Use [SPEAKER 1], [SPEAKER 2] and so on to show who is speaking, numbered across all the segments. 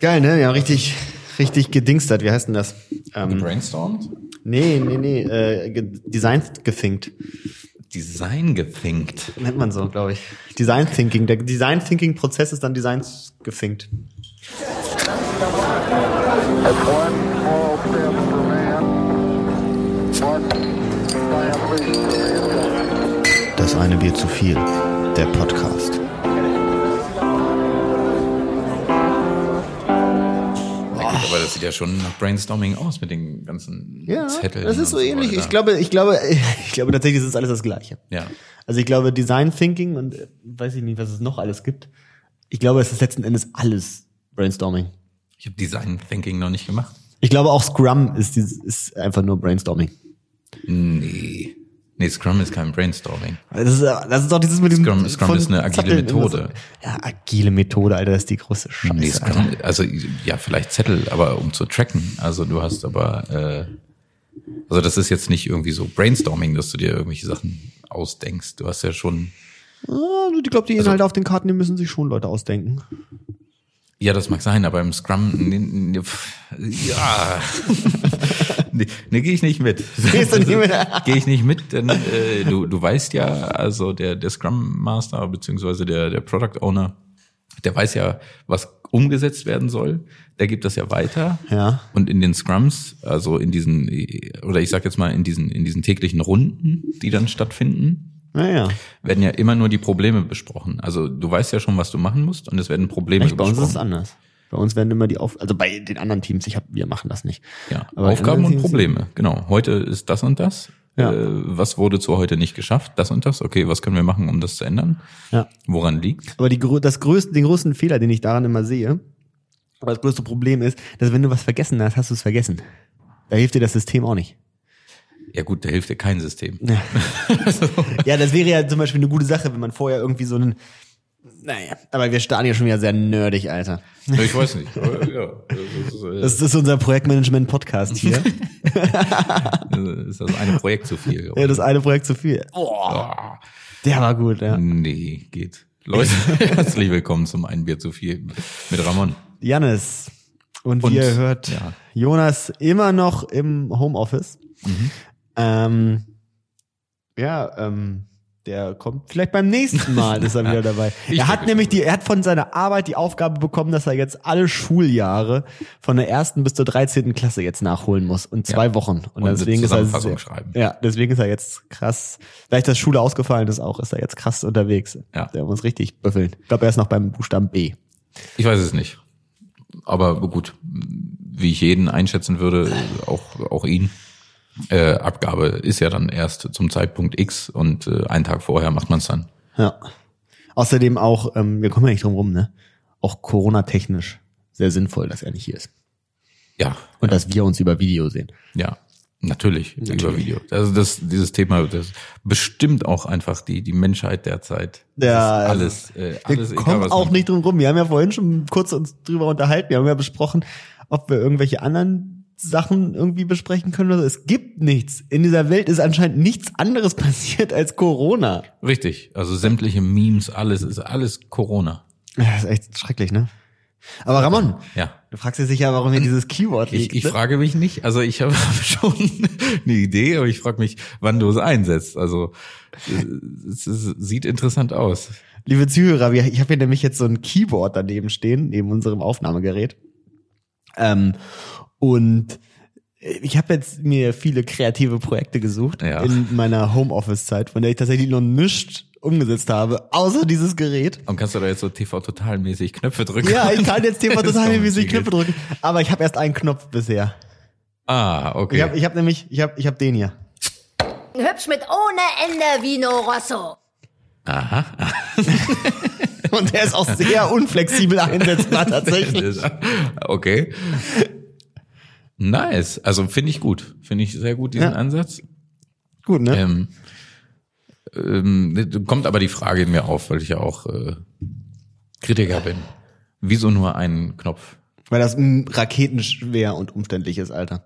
[SPEAKER 1] Geil, ne? Wir haben richtig, richtig gedingstert. Wie heißt denn das? Ähm,
[SPEAKER 2] Brainstormt?
[SPEAKER 1] nee, nee, nee. Äh, ge- designed gefinkt.
[SPEAKER 2] Design gefinkt.
[SPEAKER 1] Nennt man so, glaube ich. Design Thinking. Der Design Thinking Prozess ist dann Design gefinkt.
[SPEAKER 3] That's one small step for man, one giant leap for mankind.
[SPEAKER 1] Das eine Bier zu viel. Der Podcast.
[SPEAKER 2] Aber das sieht ja schon nach Brainstorming aus mit den ganzen
[SPEAKER 1] Ja,
[SPEAKER 2] Zetteln.
[SPEAKER 1] das
[SPEAKER 2] und
[SPEAKER 1] ist so ähnlich.
[SPEAKER 2] weiter.
[SPEAKER 1] ich glaube, ich glaube, ich glaube tatsächlich ist es alles das Gleiche.
[SPEAKER 2] Ja.
[SPEAKER 1] Also ich glaube Design Thinking und äh, weiß ich nicht, was es noch alles gibt. Ich glaube, es ist letzten Endes alles Brainstorming.
[SPEAKER 2] Ich habe Design Thinking noch nicht gemacht.
[SPEAKER 1] Ich glaube auch Scrum ist, dieses- ist einfach nur Brainstorming.
[SPEAKER 2] Nee. Nee, Scrum ist kein Brainstorming.
[SPEAKER 1] Das ist, äh, das ist doch dieses mit diesem
[SPEAKER 2] Scrum- Scrum
[SPEAKER 1] von
[SPEAKER 2] ist eine agile
[SPEAKER 1] Zetteln immer so.
[SPEAKER 2] Methode.
[SPEAKER 1] Ja, agile Methode, Alter, das ist die große Scheiße.
[SPEAKER 2] Nee,
[SPEAKER 1] Alter.
[SPEAKER 2] Scrum, also ja, vielleicht Zettel, aber um zu tracken. Also du hast aber, äh, also das ist jetzt nicht irgendwie so Brainstorming, dass du dir irgendwelche Sachen ausdenkst. Du hast ja schon,
[SPEAKER 1] Ah, Ich glaube,
[SPEAKER 2] Also-
[SPEAKER 1] die Inhalte auf den Karten, die müssen sich schon Leute ausdenken.
[SPEAKER 2] ja, das mag sein, aber im Scrum, nee, nee, pff, ja, nee, nee gehe ich nicht mit.
[SPEAKER 1] Gehst du nicht mit?
[SPEAKER 2] gehe ich nicht mit, denn äh, du, du weißt ja, also der, der Scrum Master beziehungsweise der, der Product Owner, der weiß ja, was umgesetzt werden soll. Der gibt das ja weiter.
[SPEAKER 1] Ja.
[SPEAKER 2] Und in den Scrums, also in diesen, oder ich sag jetzt mal, in diesen, in diesen täglichen Runden, die dann stattfinden,
[SPEAKER 1] Naja.
[SPEAKER 2] werden ja immer nur die Probleme besprochen. Also du weißt ja schon, was du machen musst und es werden Probleme
[SPEAKER 1] Echt, bei uns ist es
[SPEAKER 2] besprochen.
[SPEAKER 1] anders. Bei uns werden immer die Auf, also bei den anderen Teams, ich hab, wir machen das nicht.
[SPEAKER 2] Ja,
[SPEAKER 1] Aber in
[SPEAKER 2] Aufgaben
[SPEAKER 1] anderen
[SPEAKER 2] und
[SPEAKER 1] Teams-
[SPEAKER 2] Probleme, genau. Heute ist das und das.
[SPEAKER 1] Ja.
[SPEAKER 2] Äh, was wurde zu heute nicht geschafft? Das und das. Okay, was können wir machen, um das zu ändern?
[SPEAKER 1] Ja.
[SPEAKER 2] Woran liegt?
[SPEAKER 1] Aber die, grö- das größte, den größten Fehler, den ich daran immer sehe, aber das größte Problem ist, dass wenn du was vergessen hast, hast du es vergessen. Da hilft dir das System auch nicht.
[SPEAKER 2] Ja gut, da hilft dir kein System.
[SPEAKER 1] Ja, das wäre ja zum Beispiel eine gute Sache, wenn man vorher irgendwie so einen, naja, aber wir starten ja schon wieder sehr nerdig, Alter.
[SPEAKER 2] Ich weiß nicht. aber Ja, das, ist, äh,
[SPEAKER 1] Das ist unser Projektmanagement-Podcast hier.
[SPEAKER 2] das ist das eine Projekt zu viel.
[SPEAKER 1] ja, das eine Projekt zu viel.
[SPEAKER 2] Oh. Boah.
[SPEAKER 1] Der war gut, ja.
[SPEAKER 2] Nee, geht. Leute, herzlich willkommen zum Ein Bier zu viel mit Ramon.
[SPEAKER 1] Janis. Und,
[SPEAKER 2] Und,
[SPEAKER 1] wie ihr hört,
[SPEAKER 2] ja.
[SPEAKER 1] Jonas immer noch im Homeoffice.
[SPEAKER 2] Mhm.
[SPEAKER 1] Ähm, ja, ähm, der kommt vielleicht beim nächsten Mal ist er wieder dabei.
[SPEAKER 2] Ich
[SPEAKER 1] Er hat
[SPEAKER 2] denke
[SPEAKER 1] nämlich die, er hat von seiner Arbeit die Aufgabe bekommen, dass er jetzt alle Schuljahre von der ersten bis zur 13. Klasse jetzt nachholen muss und zwei Wochen. Und,
[SPEAKER 2] Und eine
[SPEAKER 1] deswegen ist er
[SPEAKER 2] Zusammenfassung
[SPEAKER 1] sehr-
[SPEAKER 2] schreiben.
[SPEAKER 1] ja, deswegen ist er jetzt krass. Vielleicht dass Schule ausgefallen ist auch, ist er jetzt krass unterwegs.
[SPEAKER 2] Ja.
[SPEAKER 1] Der muss richtig büffeln. Ich glaube, er ist noch beim Buchstaben B.
[SPEAKER 2] Ich weiß es nicht. Aber gut, wie ich jeden einschätzen würde, auch, auch ihn. Äh, Abgabe ist ja dann erst zum Zeitpunkt X und äh, einen Tag vorher macht man es dann.
[SPEAKER 1] Ja. Außerdem auch, ähm, wir kommen ja nicht drum rum, ne? Auch Corona-technisch sehr sinnvoll, dass er nicht hier ist.
[SPEAKER 2] Ja,
[SPEAKER 1] Und dass wir uns über Video sehen.
[SPEAKER 2] ja, natürlich, über Video. Also das, dieses Thema, das bestimmt auch einfach die, die Menschheit derzeit. Das
[SPEAKER 1] Ja, also,
[SPEAKER 2] ist alles, äh,
[SPEAKER 1] Wir
[SPEAKER 2] alles egal,
[SPEAKER 1] kommen
[SPEAKER 2] was
[SPEAKER 1] auch
[SPEAKER 2] man-
[SPEAKER 1] nicht drum rum. Wir haben ja vorhin schon kurz uns drüber unterhalten. Wir haben ja besprochen, ob wir irgendwelche anderen Sachen irgendwie besprechen können. oder so. Es gibt nichts. In dieser Welt ist anscheinend nichts anderes passiert als Corona.
[SPEAKER 2] Richtig, also sämtliche Memes, alles ist alles Corona.
[SPEAKER 1] Ja, Das ist echt schrecklich, ne? Aber Ramon,
[SPEAKER 2] Ja.
[SPEAKER 1] du fragst dich sicher, warum hier dieses Keyword
[SPEAKER 2] Ich,
[SPEAKER 1] liegt.
[SPEAKER 2] ich
[SPEAKER 1] ne?
[SPEAKER 2] frage mich nicht, also ich habe schon eine Idee, aber ich frage mich, wann du es einsetzt. Also äh, es, es sieht interessant aus.
[SPEAKER 1] Liebe Zuhörer, wir, ich habe hier nämlich jetzt so ein Keyboard daneben stehen, neben unserem Aufnahmegerät. Ähm, und ich habe jetzt mir viele kreative Projekte gesucht
[SPEAKER 2] Ja.
[SPEAKER 1] in meiner Homeoffice-Zeit, von der ich tatsächlich noch nichts umgesetzt habe, außer dieses Gerät.
[SPEAKER 2] Und kannst du da jetzt so TV total mäßig Knöpfe drücken?
[SPEAKER 1] Ja, ich kann jetzt Thema
[SPEAKER 2] Das ist
[SPEAKER 1] total
[SPEAKER 2] doch
[SPEAKER 1] wie ich
[SPEAKER 2] witzig.
[SPEAKER 1] Knöpfe drücken, aber ich habe erst einen Knopf bisher.
[SPEAKER 2] Ah, okay.
[SPEAKER 1] Ich habe ich hab nämlich, ich habe ich hab den hier.
[SPEAKER 4] Hübsch mit ohne Ende Vino Rosso.
[SPEAKER 2] Aha.
[SPEAKER 1] Und der ist auch sehr unflexibel einsetzbar tatsächlich.
[SPEAKER 2] okay. Nice. Also finde ich gut. Finde ich sehr gut diesen
[SPEAKER 1] Ja.
[SPEAKER 2] Ansatz.
[SPEAKER 1] Gut, ne?
[SPEAKER 2] Ähm, ähm, kommt aber die Frage in mir auf, weil ich ja auch äh, Kritiker bin. Wieso nur einen Knopf?
[SPEAKER 1] Weil das mm, raketenschwer und umständlich ist, Alter.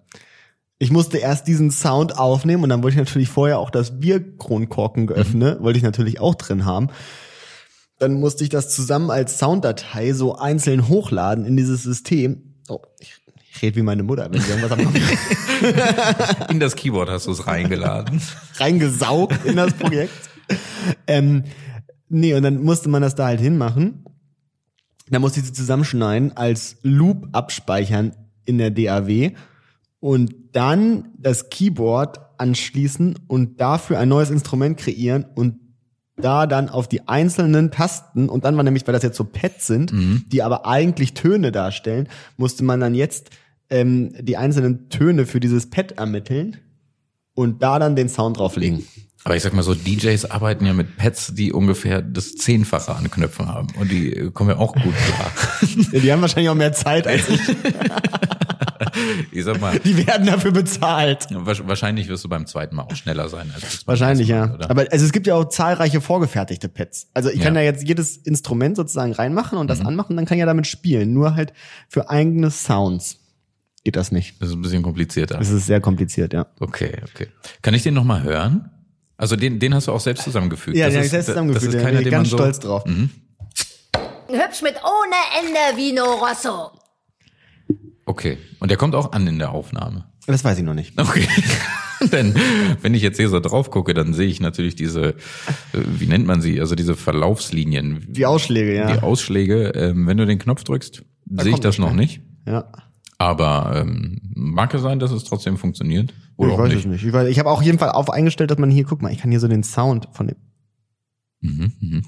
[SPEAKER 1] Ich musste erst diesen Sound aufnehmen und dann wollte ich natürlich vorher auch das Bierkronkorken geöffnet, wollte ich natürlich auch drin haben. Dann musste ich das zusammen als Sounddatei so einzeln hochladen in dieses System. Oh, ich, ich rede wie meine Mutter, wenn sie irgendwas am
[SPEAKER 2] In das Keyboard hast du es reingeladen.
[SPEAKER 1] reingesaugt in das Projekt. ähm, nee, und dann musste man das da halt hinmachen. Dann musste ich sie zusammenschneiden, als Loop abspeichern in der DAW und dann das Keyboard anschließen und dafür ein neues Instrument kreieren und da dann auf die einzelnen Tasten und dann war nämlich, weil das jetzt so Pads sind, die aber eigentlich Töne darstellen, musste man dann jetzt ähm, die einzelnen Töne für dieses Pad ermitteln und da dann den Sound drauflegen.
[SPEAKER 2] Aber ich sag mal so, DJs arbeiten ja mit Pads, die ungefähr das Zehnfache an Knöpfen haben. Und die äh, kommen ja auch gut klar.
[SPEAKER 1] Ja, die haben wahrscheinlich auch mehr Zeit als ich.
[SPEAKER 2] Ich sag mal,
[SPEAKER 1] Die werden dafür bezahlt.
[SPEAKER 2] wasch- wahrscheinlich wirst du beim zweiten Mal auch schneller sein. Als beim
[SPEAKER 1] Wahrscheinlich,
[SPEAKER 2] ersten Mal,
[SPEAKER 1] ja.
[SPEAKER 2] Oder?
[SPEAKER 1] Aber also es gibt ja auch zahlreiche vorgefertigte Pads. Also ich kann
[SPEAKER 2] Ja.
[SPEAKER 1] ja
[SPEAKER 2] Mhm.
[SPEAKER 1] jetzt jedes Instrument sozusagen reinmachen und das anmachen, dann kann ich ja damit spielen. Nur halt für eigene Sounds geht das nicht.
[SPEAKER 2] das ist ein bisschen komplizierter.
[SPEAKER 1] Das ist sehr kompliziert, ja.
[SPEAKER 2] Okay, okay. Kann ich den nochmal hören? Also den, den hast du auch selbst zusammengefügt.
[SPEAKER 1] Ja,
[SPEAKER 2] das
[SPEAKER 1] den hab
[SPEAKER 2] ist,
[SPEAKER 1] ich selbst zusammengefügt.
[SPEAKER 2] Das
[SPEAKER 1] Da
[SPEAKER 2] ist
[SPEAKER 1] bin
[SPEAKER 2] keiner,
[SPEAKER 1] ich
[SPEAKER 2] den
[SPEAKER 1] ganz
[SPEAKER 2] man so, Mhm.
[SPEAKER 1] stolz drauf.
[SPEAKER 4] Hübsch mit ohne Ende Vino Rosso.
[SPEAKER 2] Okay. Und der kommt auch an in der Aufnahme.
[SPEAKER 1] Das weiß ich noch nicht.
[SPEAKER 2] Okay. Denn wenn ich jetzt hier so drauf gucke, dann sehe ich natürlich diese, äh, wie nennt man sie? Also diese Verlaufslinien,
[SPEAKER 1] Die Ausschläge, ja.
[SPEAKER 2] die Ausschläge. Ähm, wenn du den Knopf drückst, sehe ich
[SPEAKER 1] kommt
[SPEAKER 2] das
[SPEAKER 1] das,
[SPEAKER 2] noch nicht.
[SPEAKER 1] ja.
[SPEAKER 2] Aber ähm, mag es sein, dass es trotzdem funktioniert? Oder
[SPEAKER 1] Ich
[SPEAKER 2] auch
[SPEAKER 1] weiß
[SPEAKER 2] nicht.
[SPEAKER 1] es nicht. Ich, weiß- ich habe auf jeden Fall auf eingestellt, dass man hier, guck mal, ich kann hier so den Sound von dem.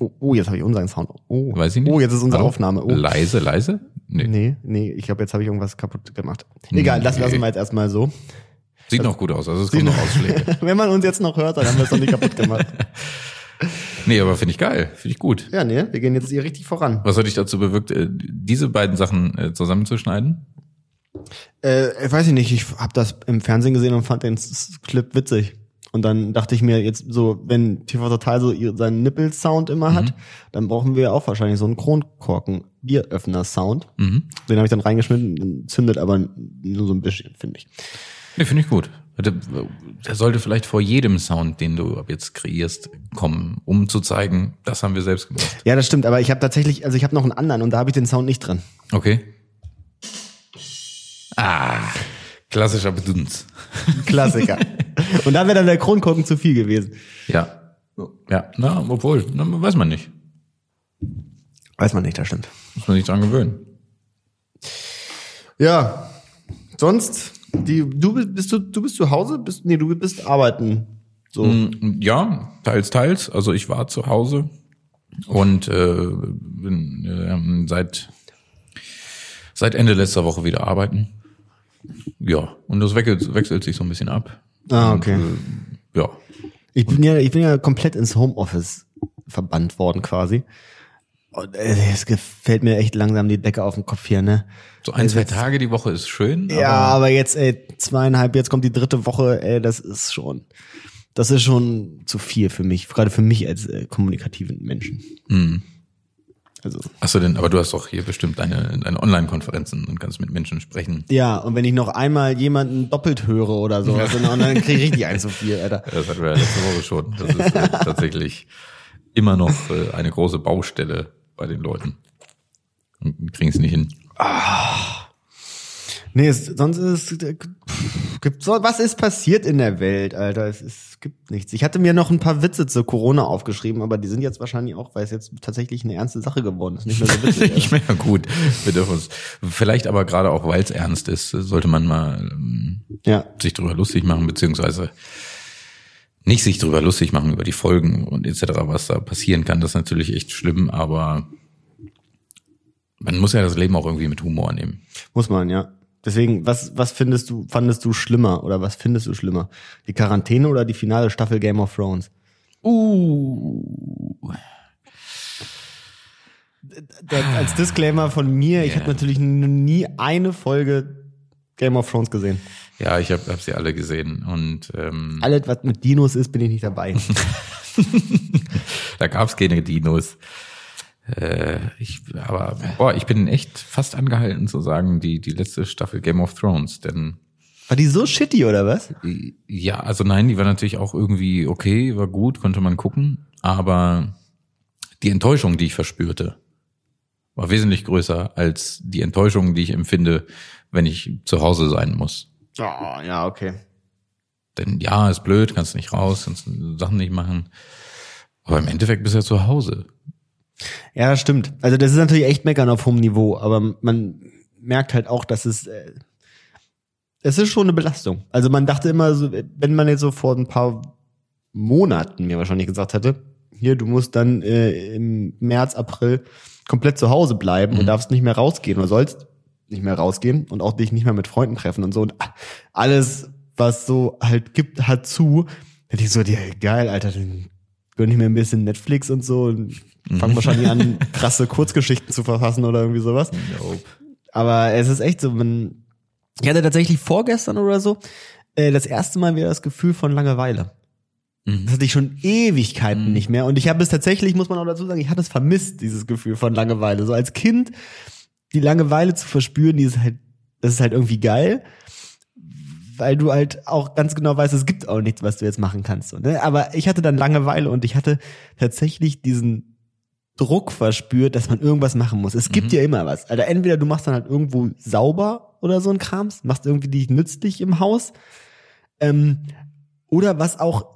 [SPEAKER 1] Oh, oh, jetzt habe ich unseren Sound. Oh,
[SPEAKER 2] Mhm, Weiß ich nicht.
[SPEAKER 1] oh jetzt ist unsere
[SPEAKER 2] Hallo?
[SPEAKER 1] Aufnahme. Oh.
[SPEAKER 2] Leise, leise? Nee.
[SPEAKER 1] Nee, nee, ich glaube, jetzt habe ich irgendwas kaputt gemacht. Egal, das
[SPEAKER 2] Nee.
[SPEAKER 1] lassen wir jetzt erstmal so.
[SPEAKER 2] Sieht noch gut aus. Also es kommen noch Ausschläge.
[SPEAKER 1] Wenn man uns jetzt noch hört, dann haben wir es noch nicht kaputt gemacht.
[SPEAKER 2] Nee, aber finde ich geil. Finde ich gut.
[SPEAKER 1] Ja, nee, wir gehen jetzt hier richtig voran.
[SPEAKER 2] Was hat dich dazu bewirkt, äh, diese beiden Sachen äh, zusammenzuschneiden?
[SPEAKER 1] Äh, ich weiß ich nicht, ich habe das im Fernsehen gesehen und fand den S- S- Clip witzig. Und dann dachte ich mir jetzt so, wenn TV Total so ihr- seinen Nippel-Sound immer hat, dann brauchen wir auch wahrscheinlich so einen Kronkorken-Bieröffner-Sound. Den habe ich dann reingeschnitten, zündet aber nur so ein bisschen, finde ich.
[SPEAKER 2] Nee, finde ich gut. Der, der sollte vielleicht vor jedem Sound, den du ab jetzt kreierst, kommen, um zu zeigen, das haben wir selbst gemacht.
[SPEAKER 1] Ja, das stimmt, aber ich habe tatsächlich, also ich habe noch einen anderen und da habe ich den Sound nicht drin.
[SPEAKER 2] Okay? Ah, klassischer Bedunz.
[SPEAKER 1] Klassiker. und da wäre dann der Kronkorken zu viel gewesen.
[SPEAKER 2] Ja. Ja, na, obwohl, na, weiß man nicht.
[SPEAKER 1] Weiß man nicht, das stimmt.
[SPEAKER 2] Muss man sich dran gewöhnen.
[SPEAKER 1] Ja. Sonst, die, du bist, bist du, du bist zu Hause, bist, nee, du bist arbeiten. So.
[SPEAKER 2] Mhm. Ja, teils, teils. Also ich war zu Hause und äh, bin ähm, seit, seit Ende letzter Woche wieder arbeiten. Ja, und das wechselt, wechselt sich so ein bisschen ab.
[SPEAKER 1] Ah, okay.
[SPEAKER 2] Ja.
[SPEAKER 1] Ich bin ja, ich bin ja komplett ins Homeoffice verbannt worden, quasi. Und äh, es gefällt mir echt langsam die Decke auf den Kopf hier, ne?
[SPEAKER 2] So ein, zwei
[SPEAKER 1] Jetzt-
[SPEAKER 2] Tage die Woche ist schön,
[SPEAKER 1] Ja, aber jetzt, ey, zweieinhalb, jetzt kommt die dritte Woche, ey, das ist schon, das ist schon zu viel für mich, gerade für mich als äh, kommunikativen Menschen. Also.
[SPEAKER 2] Hast du denn, aber du hast doch hier bestimmt deine, deine Online-Konferenzen und kannst mit Menschen sprechen.
[SPEAKER 1] Ja, und wenn ich noch einmal jemanden doppelt höre oder sowas, dann, dann kriege ich richtig ein zu viel, Alter.
[SPEAKER 2] Das hatten wir ja letzte Woche schon. Das ist äh, tatsächlich immer noch äh, eine große Baustelle bei den Leuten. Und kriegen es nicht hin.
[SPEAKER 1] Nee, es, sonst ist es. pff, Gibt so, was ist passiert in der Welt, Alter? Es, ist, gibt nichts. Ich hatte mir noch ein paar Witze zu Corona aufgeschrieben, aber die sind jetzt wahrscheinlich auch, weil es jetzt tatsächlich eine ernste Sache geworden ist. Nicht mehr so witzig. Alter.
[SPEAKER 2] Ich meine, ja gut, wir dürfen uns, vielleicht aber gerade auch, weil es ernst ist, sollte man mal ähm,
[SPEAKER 1] ja.
[SPEAKER 2] sich drüber lustig machen, beziehungsweise nicht sich drüber lustig machen über die Folgen und etc., was da passieren kann. Das ist natürlich echt schlimm, aber man muss ja das Leben auch irgendwie mit Humor nehmen.
[SPEAKER 1] Muss man, ja. Deswegen, was, was findest du, fandest du schlimmer oder was findest du schlimmer? Die Quarantäne oder die finale Staffel Game of Thrones? Uh. Das, Äh, als Disclaimer von mir, ich
[SPEAKER 2] Ja.
[SPEAKER 1] habe natürlich n- nie eine Folge Game of Thrones gesehen.
[SPEAKER 2] Ja, ich habe hab sie alle gesehen und ähm,
[SPEAKER 1] Alles, was mit Dinos ist, bin ich nicht dabei.
[SPEAKER 2] da gab's keine Dinos. Äh, ich, aber boah, ich bin echt fast angehalten zu sagen, die, die letzte Staffel Game of Thrones, denn
[SPEAKER 1] War die so shitty oder was?
[SPEAKER 2] Ja, also nein, die war natürlich auch irgendwie okay, war gut, konnte man gucken, aber die Enttäuschung, die ich verspürte, war wesentlich größer als die Enttäuschung, die ich empfinde, wenn ich zu Hause sein muss.
[SPEAKER 1] Oh, ja, okay.
[SPEAKER 2] Denn ja, ist blöd, kannst nicht raus, kannst Sachen nicht machen. Aber im Endeffekt bist du ja zu Hause.
[SPEAKER 1] Ja, das stimmt. Also das ist natürlich echt meckern auf hohem Niveau, aber man merkt halt auch, dass es äh, es ist schon eine Belastung. Also man dachte immer, so, wenn man jetzt so vor ein paar Monaten mir wahrscheinlich gesagt hätte, hier, du musst dann äh, im März, April komplett zu Hause bleiben und darfst nicht mehr rausgehen oder sollst nicht mehr rausgehen und auch dich nicht mehr mit Freunden treffen und so und a- alles, was so halt gibt, hat zu. Hätte ich so, ja, geil, Alter, dann gönn ich mir ein bisschen Netflix und so und fang wahrscheinlich an, krasse Kurzgeschichten zu verfassen oder irgendwie sowas. Aber es ist echt so, man, ich hatte tatsächlich vorgestern oder so äh, das erste Mal wieder das Gefühl von Langeweile. Das hatte ich schon Ewigkeiten nicht mehr. Und ich habe es tatsächlich, muss man auch dazu sagen, ich hatte es vermisst, dieses Gefühl von Langeweile. So als Kind die Langeweile zu verspüren, die ist halt, das ist halt irgendwie geil, weil du halt auch ganz genau weißt, es gibt auch nichts, was du jetzt machen kannst. So, ne? Aber ich hatte dann Langeweile und ich hatte tatsächlich diesen Druck verspürt, dass man irgendwas machen muss. Es gibt ja immer was. Also entweder du machst dann halt irgendwo sauber oder so ein Krams, machst irgendwie dich nützlich im Haus. Ähm, oder was auch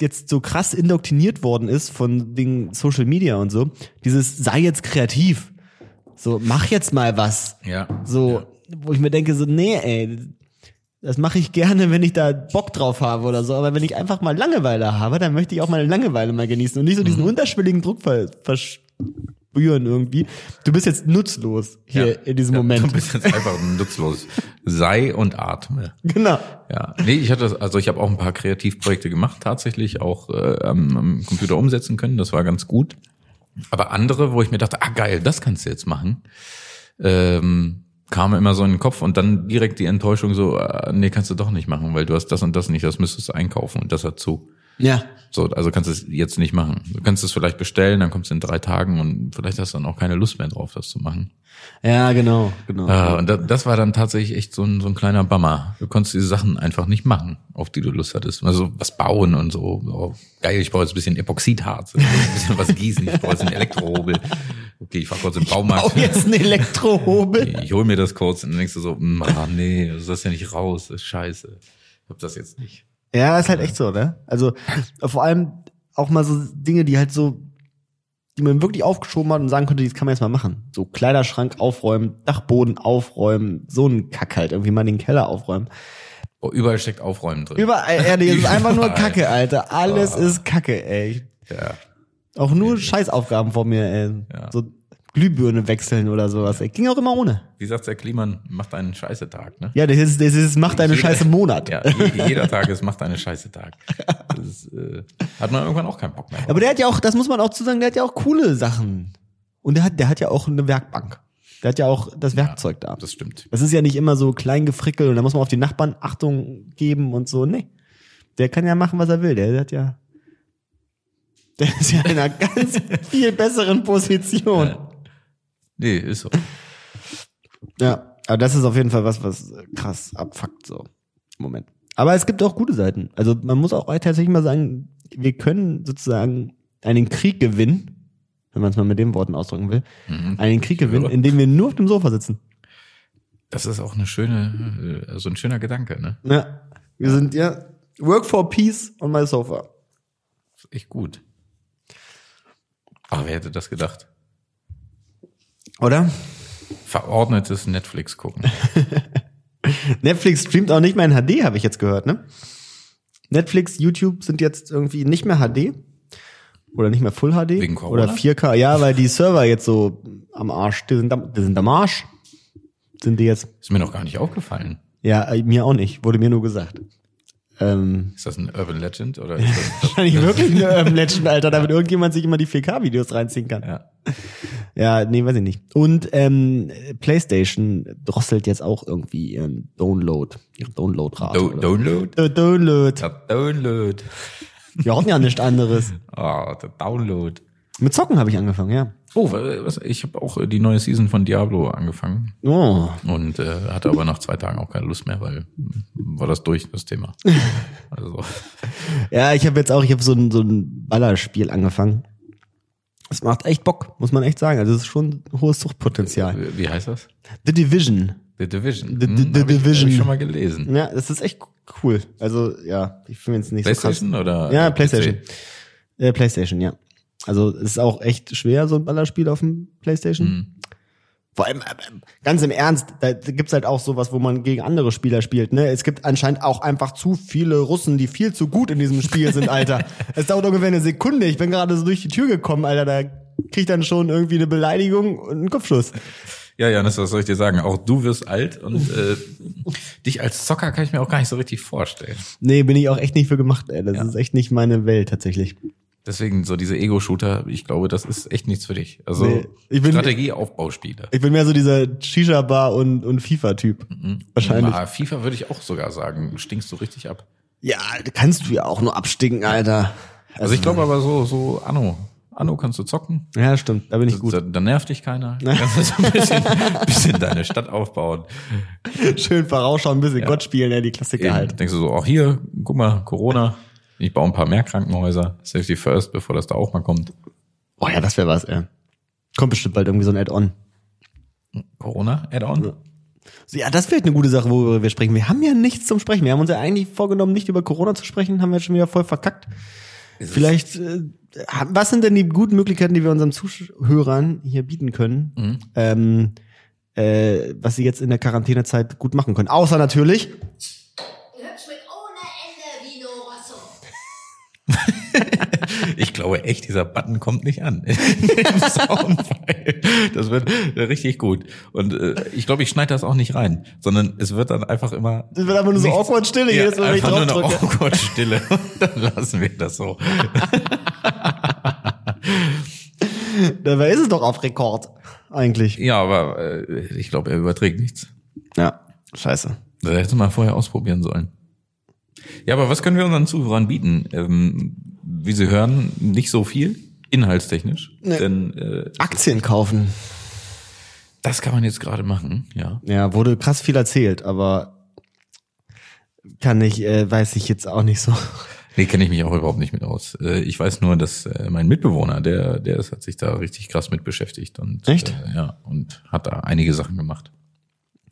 [SPEAKER 1] jetzt so krass indoktiniert worden ist von den Social Media und so, dieses sei jetzt kreativ. So, mach jetzt mal was.
[SPEAKER 2] Ja.
[SPEAKER 1] So, wo ich mir denke, so, nee, ey, das mache ich gerne, wenn ich da Bock drauf habe oder so. Aber wenn ich einfach mal Langeweile habe, dann möchte ich auch meine Langeweile mal genießen und nicht so
[SPEAKER 2] Mhm.
[SPEAKER 1] diesen unterschwelligen Druck ver verspüren irgendwie. Du bist jetzt nutzlos hier
[SPEAKER 2] Ja.
[SPEAKER 1] in diesem
[SPEAKER 2] Ja, Du
[SPEAKER 1] Moment.
[SPEAKER 2] bist jetzt einfach nutzlos. Sei und atme.
[SPEAKER 1] Genau.
[SPEAKER 2] Ja, nee, ich hatte, also ich habe auch ein paar Kreativprojekte gemacht, tatsächlich auch äh, am, am Computer umsetzen können. Das war ganz gut. Aber andere, wo ich mir dachte, ah geil, das kannst du jetzt machen, ähm, kam immer so in den Kopf und dann direkt die Enttäuschung so, ah, nee, kannst du doch nicht machen, weil du hast das und das nicht, das müsstest du einkaufen und das dazu.
[SPEAKER 1] Ja.
[SPEAKER 2] So, also kannst du es jetzt nicht machen. Du kannst es vielleicht bestellen, dann kommt es in drei Tagen und vielleicht hast du dann auch keine Lust mehr drauf, das zu machen.
[SPEAKER 1] Ja, genau, genau.
[SPEAKER 2] Ah, und da, das war dann tatsächlich echt so ein, so ein kleiner Bummer. Du konntest diese Sachen einfach nicht machen, auf die du Lust hattest. Also was bauen und so. Oh, geil, ich brauche jetzt ein bisschen Epoxidharz, ich brauch ein bisschen was gießen, ich brauche jetzt einen Elektrohobel. Okay, ich fahr kurz im Baumarkt.
[SPEAKER 1] Auch jetzt ein Elektrohobel.
[SPEAKER 2] Ich hol mir das kurz und dann denkst du so, "Mm, ah, nee, du sollst ja nicht raus, das ist scheiße. Ich hab das jetzt nicht.
[SPEAKER 1] Ja, ist halt echt so, ne? Also vor allem auch mal so Dinge, die halt so, die man wirklich aufgeschoben hat und sagen könnte, das kann man jetzt mal machen. So Kleiderschrank aufräumen, Dachboden aufräumen, so ein Kack halt, irgendwie mal den Keller aufräumen.
[SPEAKER 2] Oh, überall steckt Aufräumen drin.
[SPEAKER 1] Überall, äh, ehrlich, es ist einfach nur Kacke, Alter. Alles
[SPEAKER 2] Ah.
[SPEAKER 1] ist Kacke, ey.
[SPEAKER 2] Ja.
[SPEAKER 1] Auch nur Scheißaufgaben vor mir, ey.
[SPEAKER 2] Ja.
[SPEAKER 1] So Glühbirne wechseln oder sowas, ey. Ging auch immer ohne.
[SPEAKER 2] Wie sagt der Kliman, macht einen scheiße Tag, ne?
[SPEAKER 1] Ja, das ist, das ist, macht deine Scheiße im Monat.
[SPEAKER 2] Ja, je- jeder Tag ist, macht einen scheiße Tag. Das ist, äh, hat man irgendwann auch keinen Bock mehr. drauf.
[SPEAKER 1] Aber der hat ja auch, das muss man auch zu sagen, der hat ja auch coole Sachen. Und der hat, der hat ja auch eine Werkbank. Der hat ja auch das Werkzeug da.
[SPEAKER 2] Das stimmt.
[SPEAKER 1] Das ist ja nicht immer so klein gefrickelt und da muss man auf die Nachbarn Achtung geben und so. Nee. Der kann ja machen, was er will. Der hat ja. Der ist ja in einer ganz viel besseren Position.
[SPEAKER 2] Äh, Nee, ist so.
[SPEAKER 1] Ja. Aber das ist auf jeden Fall was, was äh, krass abfuckt, so. Im Moment. Aber es gibt auch gute Seiten. Also man muss auch tatsächlich mal sagen, wir können sozusagen einen Krieg gewinnen, wenn man es mal mit den Worten ausdrücken will, einen Krieg gewinnen,
[SPEAKER 2] höre.
[SPEAKER 1] indem wir nur auf dem Sofa sitzen.
[SPEAKER 2] Das ist auch eine schöne, äh, so ein schöner Gedanke, ne?
[SPEAKER 1] Ja. Wir sind ja Work for Peace on my sofa.
[SPEAKER 2] Ist echt gut. Aber wer hätte das gedacht?
[SPEAKER 1] Oder?
[SPEAKER 2] Verordnetes Netflix gucken.
[SPEAKER 1] Netflix streamt auch nicht mehr in HD, habe ich jetzt gehört, ne? Netflix, YouTube sind jetzt irgendwie nicht mehr HD oder nicht mehr Full HD
[SPEAKER 2] Wegen Corona?
[SPEAKER 1] oder 4K. Ja, weil die Server jetzt so am Arsch, die sind am, die sind am Arsch. Sind die jetzt?
[SPEAKER 2] Ist mir noch gar nicht aufgefallen.
[SPEAKER 1] Ja, äh, mir auch nicht, wurde mir nur gesagt. Ähm,
[SPEAKER 2] Ist das ein Urban Legend oder ist das,
[SPEAKER 1] wahrscheinlich wirklich eine Urban Legend, Alter, damit irgendjemand sich immer die 4K-Videos reinziehen kann.
[SPEAKER 2] ja.
[SPEAKER 1] Ja, nee, weiß ich nicht. Und ähm, PlayStation drosselt jetzt auch irgendwie ihren Download, ihre Downloadrate.
[SPEAKER 2] Do
[SPEAKER 1] oder so.
[SPEAKER 2] Download?
[SPEAKER 1] Äh, Download.
[SPEAKER 2] Der Download.
[SPEAKER 1] Wir hatten ja nichts anderes.
[SPEAKER 2] Ah, der Download.
[SPEAKER 1] Mit Zocken habe ich angefangen, ja.
[SPEAKER 2] Oh, wa- was, ich habe auch äh, die neue Season von Diablo angefangen
[SPEAKER 1] Oh.
[SPEAKER 2] und äh, hatte aber nach zwei Tagen auch keine Lust mehr, weil mm, war das durch, das Thema. Also,
[SPEAKER 1] Ja, ich habe jetzt auch, ich habe so ein, so ein Ballerspiel angefangen. Das macht echt Bock, muss man echt sagen. Also das ist schon ein hohes Suchtpotenzial.
[SPEAKER 2] Wie heißt das?
[SPEAKER 1] The Division.
[SPEAKER 2] The Division.
[SPEAKER 1] The- the-
[SPEAKER 2] Hm,
[SPEAKER 1] the
[SPEAKER 2] hab ich- hab
[SPEAKER 1] Division.
[SPEAKER 2] Ich schon mal gelesen.
[SPEAKER 1] Ja, das ist echt cool. Also ja, ich finde es nicht so krass.
[SPEAKER 2] PlayStation oder?
[SPEAKER 1] Ja,
[SPEAKER 2] äh,
[SPEAKER 1] PlayStation.
[SPEAKER 2] PC?
[SPEAKER 1] Äh, PlayStation, ja. Also es ist auch echt schwer, so ein Ballerspiel auf dem PlayStation. Vor allem, äh, äh, ganz im Ernst, da gibt's halt auch sowas, wo man gegen andere Spieler spielt. Ne? Es gibt anscheinend auch einfach zu viele Russen, die viel zu gut in diesem Spiel sind, Alter. Es dauert ungefähr eine Sekunde. Ich bin gerade so durch die Tür gekommen, Alter. Da krieg ich dann schon irgendwie eine Beleidigung und einen Kopfschuss.
[SPEAKER 2] Ja, Janis, was soll ich dir sagen? Auch du wirst alt und äh, dich als Zocker kann ich mir auch gar nicht so richtig vorstellen.
[SPEAKER 1] Nee, bin ich auch echt nicht für gemacht, ey. Das
[SPEAKER 2] Ja.
[SPEAKER 1] ist echt nicht meine Welt tatsächlich.
[SPEAKER 2] Deswegen so diese Ego-Shooter, ich glaube, das ist echt nichts für dich. Also
[SPEAKER 1] Nee, ich bin-
[SPEAKER 2] Strategie-Aufbauspiele.
[SPEAKER 1] Ich bin mehr so dieser Shisha-Bar und, und FIFA-Typ. Wahrscheinlich. Also
[SPEAKER 2] Ah, FIFA würde ich auch sogar sagen, stinkst du richtig ab.
[SPEAKER 1] Ja, kannst du ja auch nur abstinken, Alter.
[SPEAKER 2] Also ich glaube aber so, so Anno. Anno kannst du zocken.
[SPEAKER 1] Ja, stimmt. Da bin ich gut.
[SPEAKER 2] Da, da nervt dich keiner. Kannst du so ein bisschen, bisschen deine Stadt aufbauen.
[SPEAKER 1] Schön vorausschauen, ein bisschen Gott spielen, ja, die Klassiker
[SPEAKER 2] halt Eben,
[SPEAKER 1] halt.
[SPEAKER 2] Denkst du so, auch hier, guck mal, Corona. Ich baue ein paar mehr Krankenhäuser. Safety first, bevor das da auch mal kommt.
[SPEAKER 1] Oh ja, das wäre was, ey. Kommt bestimmt bald irgendwie so ein Add-on.
[SPEAKER 2] Corona, Add-on.
[SPEAKER 1] So, ja, das wäre eine gute Sache, worüber wir sprechen. Wir haben ja nichts zum Sprechen. Wir haben uns ja eigentlich vorgenommen, nicht über Corona zu sprechen, haben wir jetzt schon wieder voll verkackt. Vielleicht, äh, haben- was sind denn die guten Möglichkeiten, die wir unseren Zuhörern hier bieten können,
[SPEAKER 2] Mhm.
[SPEAKER 1] ähm, äh, was sie jetzt in der Quarantänezeit gut machen können? Außer natürlich,
[SPEAKER 4] Hübsch mit ohne Ende, Vino Rosso.
[SPEAKER 2] Ich glaube echt, dieser Button kommt nicht an. Im Soundfile. das wird äh, richtig gut. Und äh, ich glaube, ich schneide das auch nicht rein, sondern es wird dann einfach immer.
[SPEAKER 1] Es wird einfach nur so awkward Stille, jedes Mal, wenn ich
[SPEAKER 2] einfach nur eine
[SPEAKER 1] draufdrücke.
[SPEAKER 2] awkward Stille. dann lassen wir das so.
[SPEAKER 1] dabei ist es doch auf Rekord eigentlich.
[SPEAKER 2] Ja, aber äh, ich glaube, er überträgt nichts.
[SPEAKER 1] Ja, scheiße.
[SPEAKER 2] Das hätte man vorher ausprobieren sollen. Ja, aber was können wir unseren Zuhörern bieten? Ähm, wie sie hören, nicht so viel, inhaltstechnisch.
[SPEAKER 1] Nee.
[SPEAKER 2] Denn äh,
[SPEAKER 1] Aktien kaufen.
[SPEAKER 2] das kann man jetzt gerade machen, ja.
[SPEAKER 1] Ja, wurde krass viel erzählt, aber kann ich, äh, weiß ich jetzt auch nicht so.
[SPEAKER 2] Nee, kenne ich mich auch überhaupt nicht mit aus. Äh, Ich weiß nur, dass äh, mein Mitbewohner, der, der ist, hat sich da richtig krass mit beschäftigt und
[SPEAKER 1] Echt?
[SPEAKER 2] Äh, ja, und hat da einige Sachen gemacht.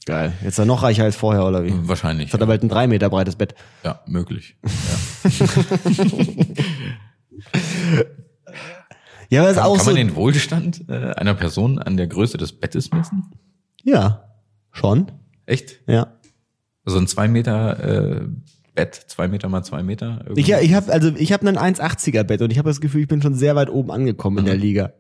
[SPEAKER 1] Geil. Mhm. Jetzt ist er noch reicher als vorher, oder wie? Jetzt
[SPEAKER 2] Wahrscheinlich.
[SPEAKER 1] hat er bald ein drei Meter breites Bett.
[SPEAKER 2] ja, möglich.
[SPEAKER 1] Ja, aber ist auch
[SPEAKER 2] Kann
[SPEAKER 1] so.
[SPEAKER 2] man den Wohlstand äh, einer Person an der Größe des Bettes messen?
[SPEAKER 1] ja, schon.
[SPEAKER 2] Echt?
[SPEAKER 1] Ja.
[SPEAKER 2] So Also ein zwei Meter äh, Bett, zwei Meter mal zwei Meter. irgendwie.
[SPEAKER 1] Ich, ja, ich habe also ich habe ein 1,80er Bett und ich habe das Gefühl, ich bin schon sehr weit oben angekommen in der Liga.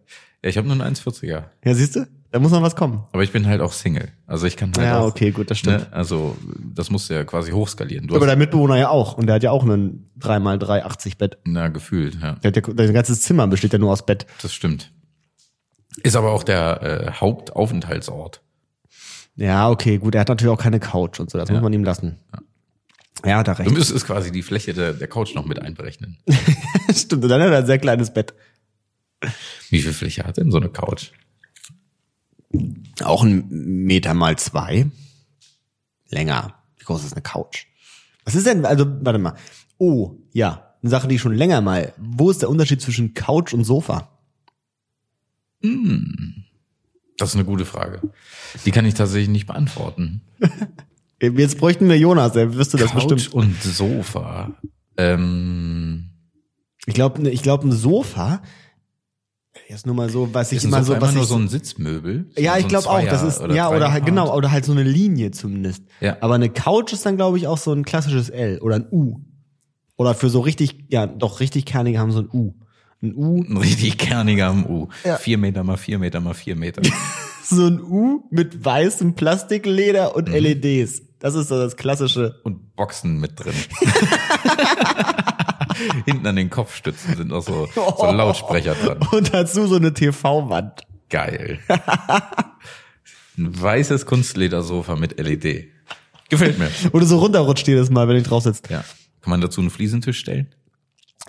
[SPEAKER 2] Ja, ich habe nur einen 1,40er.
[SPEAKER 1] Ja, siehst du? Da muss noch was kommen.
[SPEAKER 2] Aber ich bin halt auch Single. Also ich kann halt
[SPEAKER 1] Ja,
[SPEAKER 2] auch,
[SPEAKER 1] okay, gut, das stimmt.
[SPEAKER 2] Ne, also das musst du ja quasi hochskalieren. Du
[SPEAKER 1] Aber
[SPEAKER 2] hast,
[SPEAKER 1] dein Mitbewohner ja auch und der hat ja auch ein 3x3,80 Bett.
[SPEAKER 2] na, gefühlt, ja.
[SPEAKER 1] Der hat ja, dein ganzes Zimmer besteht ja nur aus Bett.
[SPEAKER 2] Das stimmt. Ist aber auch der äh, Hauptaufenthaltsort.
[SPEAKER 1] Ja, okay, gut, er hat natürlich auch keine Couch und so, das muss man ihm lassen. Ja, hat er
[SPEAKER 2] Du
[SPEAKER 1] recht.
[SPEAKER 2] müsstest quasi die Fläche der, der Couch noch mit einberechnen.
[SPEAKER 1] Stimmt, und dann hat er ein sehr kleines Bett.
[SPEAKER 2] Wie viel Fläche hat denn so eine Couch?
[SPEAKER 1] Auch ein Meter mal zwei. Länger. Wie groß ist eine Couch? Was ist denn, also, warte mal. Oh, ja, eine Sache, die ich schon länger mal. Wo ist der Unterschied zwischen Couch und Sofa?
[SPEAKER 2] Das ist eine gute Frage. Die kann ich tatsächlich nicht beantworten.
[SPEAKER 1] Jetzt bräuchten wir Jonas, der wüsste das
[SPEAKER 2] Couch
[SPEAKER 1] bestimmt.
[SPEAKER 2] und Sofa. Ähm,
[SPEAKER 1] Ich glaube, ich glaub, ein Sofa, jetzt nur mal so, was ich
[SPEAKER 2] ist ein
[SPEAKER 1] immer
[SPEAKER 2] Sofa
[SPEAKER 1] so, was
[SPEAKER 2] immer nur
[SPEAKER 1] ich
[SPEAKER 2] so ein Sitzmöbel?
[SPEAKER 1] Ja,
[SPEAKER 2] So
[SPEAKER 1] ich
[SPEAKER 2] ein
[SPEAKER 1] glaube auch, das
[SPEAKER 2] Zweier-
[SPEAKER 1] ist ja oder halt,
[SPEAKER 2] Dreierpart?
[SPEAKER 1] genau oder halt so eine Linie zumindest.
[SPEAKER 2] Ja.
[SPEAKER 1] Aber eine Couch ist dann glaube ich auch so ein klassisches L oder ein U. Oder für so richtig ja, doch richtig kernige haben so ein U. Ein U,
[SPEAKER 2] Ein richtig kerniger am U.
[SPEAKER 1] Ja.
[SPEAKER 2] Vier Meter mal vier Meter mal vier Meter.
[SPEAKER 1] so ein U mit weißem Plastikleder
[SPEAKER 2] Mhm.
[SPEAKER 1] und LEDs. Das ist so das klassische.
[SPEAKER 2] und Boxen mit drin. Hinten an den Kopfstützen sind noch so, so Lautsprecher dran.
[SPEAKER 1] Und dazu so eine TV-Wand.
[SPEAKER 2] Geil. Ein weißes Kunstledersofa mit LED. Gefällt mir.
[SPEAKER 1] Oder so runterrutscht jedes Mal, wenn ich drauf sitze.
[SPEAKER 2] Ja. Kann man dazu einen Fliesentisch stellen?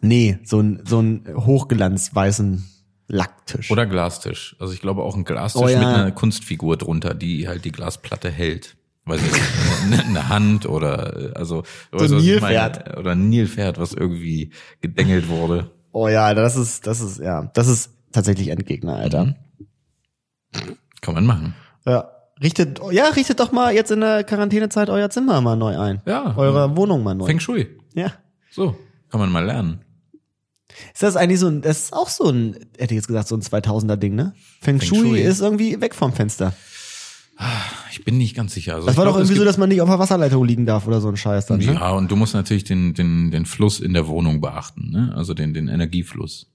[SPEAKER 1] Nee, so ein so ein hochglanz weißen Lacktisch.
[SPEAKER 2] Oder Glastisch. Also ich glaube auch ein Glastisch
[SPEAKER 1] Oh ja.
[SPEAKER 2] mit einer Kunstfigur drunter, die halt die Glasplatte hält. Weiß ich nicht, eine- eine Hand oder äh, also so
[SPEAKER 1] ein Nilpferd.
[SPEAKER 2] oder ein Nilpferd, was irgendwie gedengelt wurde.
[SPEAKER 1] Oh ja, Alter, das ist, das ist, ja, das ist tatsächlich Endgegner, Alter.
[SPEAKER 2] Mhm. Kann man machen.
[SPEAKER 1] Ja. Richtet, ja, richtet doch mal jetzt in der Quarantänezeit euer Zimmer mal neu ein.
[SPEAKER 2] Ja.
[SPEAKER 1] Eure Wohnung mal neu.
[SPEAKER 2] Feng Shui.
[SPEAKER 1] ja.
[SPEAKER 2] So, kann man mal lernen.
[SPEAKER 1] Ist das eigentlich so ein, das ist auch so ein, hätte ich jetzt gesagt, so ein 2000er Ding, ne? Feng,
[SPEAKER 2] Feng
[SPEAKER 1] Shui,
[SPEAKER 2] Shui.
[SPEAKER 1] ist irgendwie weg vom Fenster.
[SPEAKER 2] Ich bin nicht ganz sicher. Also
[SPEAKER 1] Das
[SPEAKER 2] ich
[SPEAKER 1] war
[SPEAKER 2] glaub,
[SPEAKER 1] doch
[SPEAKER 2] es
[SPEAKER 1] irgendwie so,
[SPEAKER 2] gibt-
[SPEAKER 1] dass man nicht auf der Wasserleitung liegen darf oder so ein Scheiß dann, ne?
[SPEAKER 2] Ja, und du musst natürlich den, den, den Fluss in der Wohnung beachten, ne? Also den, den Energiefluss.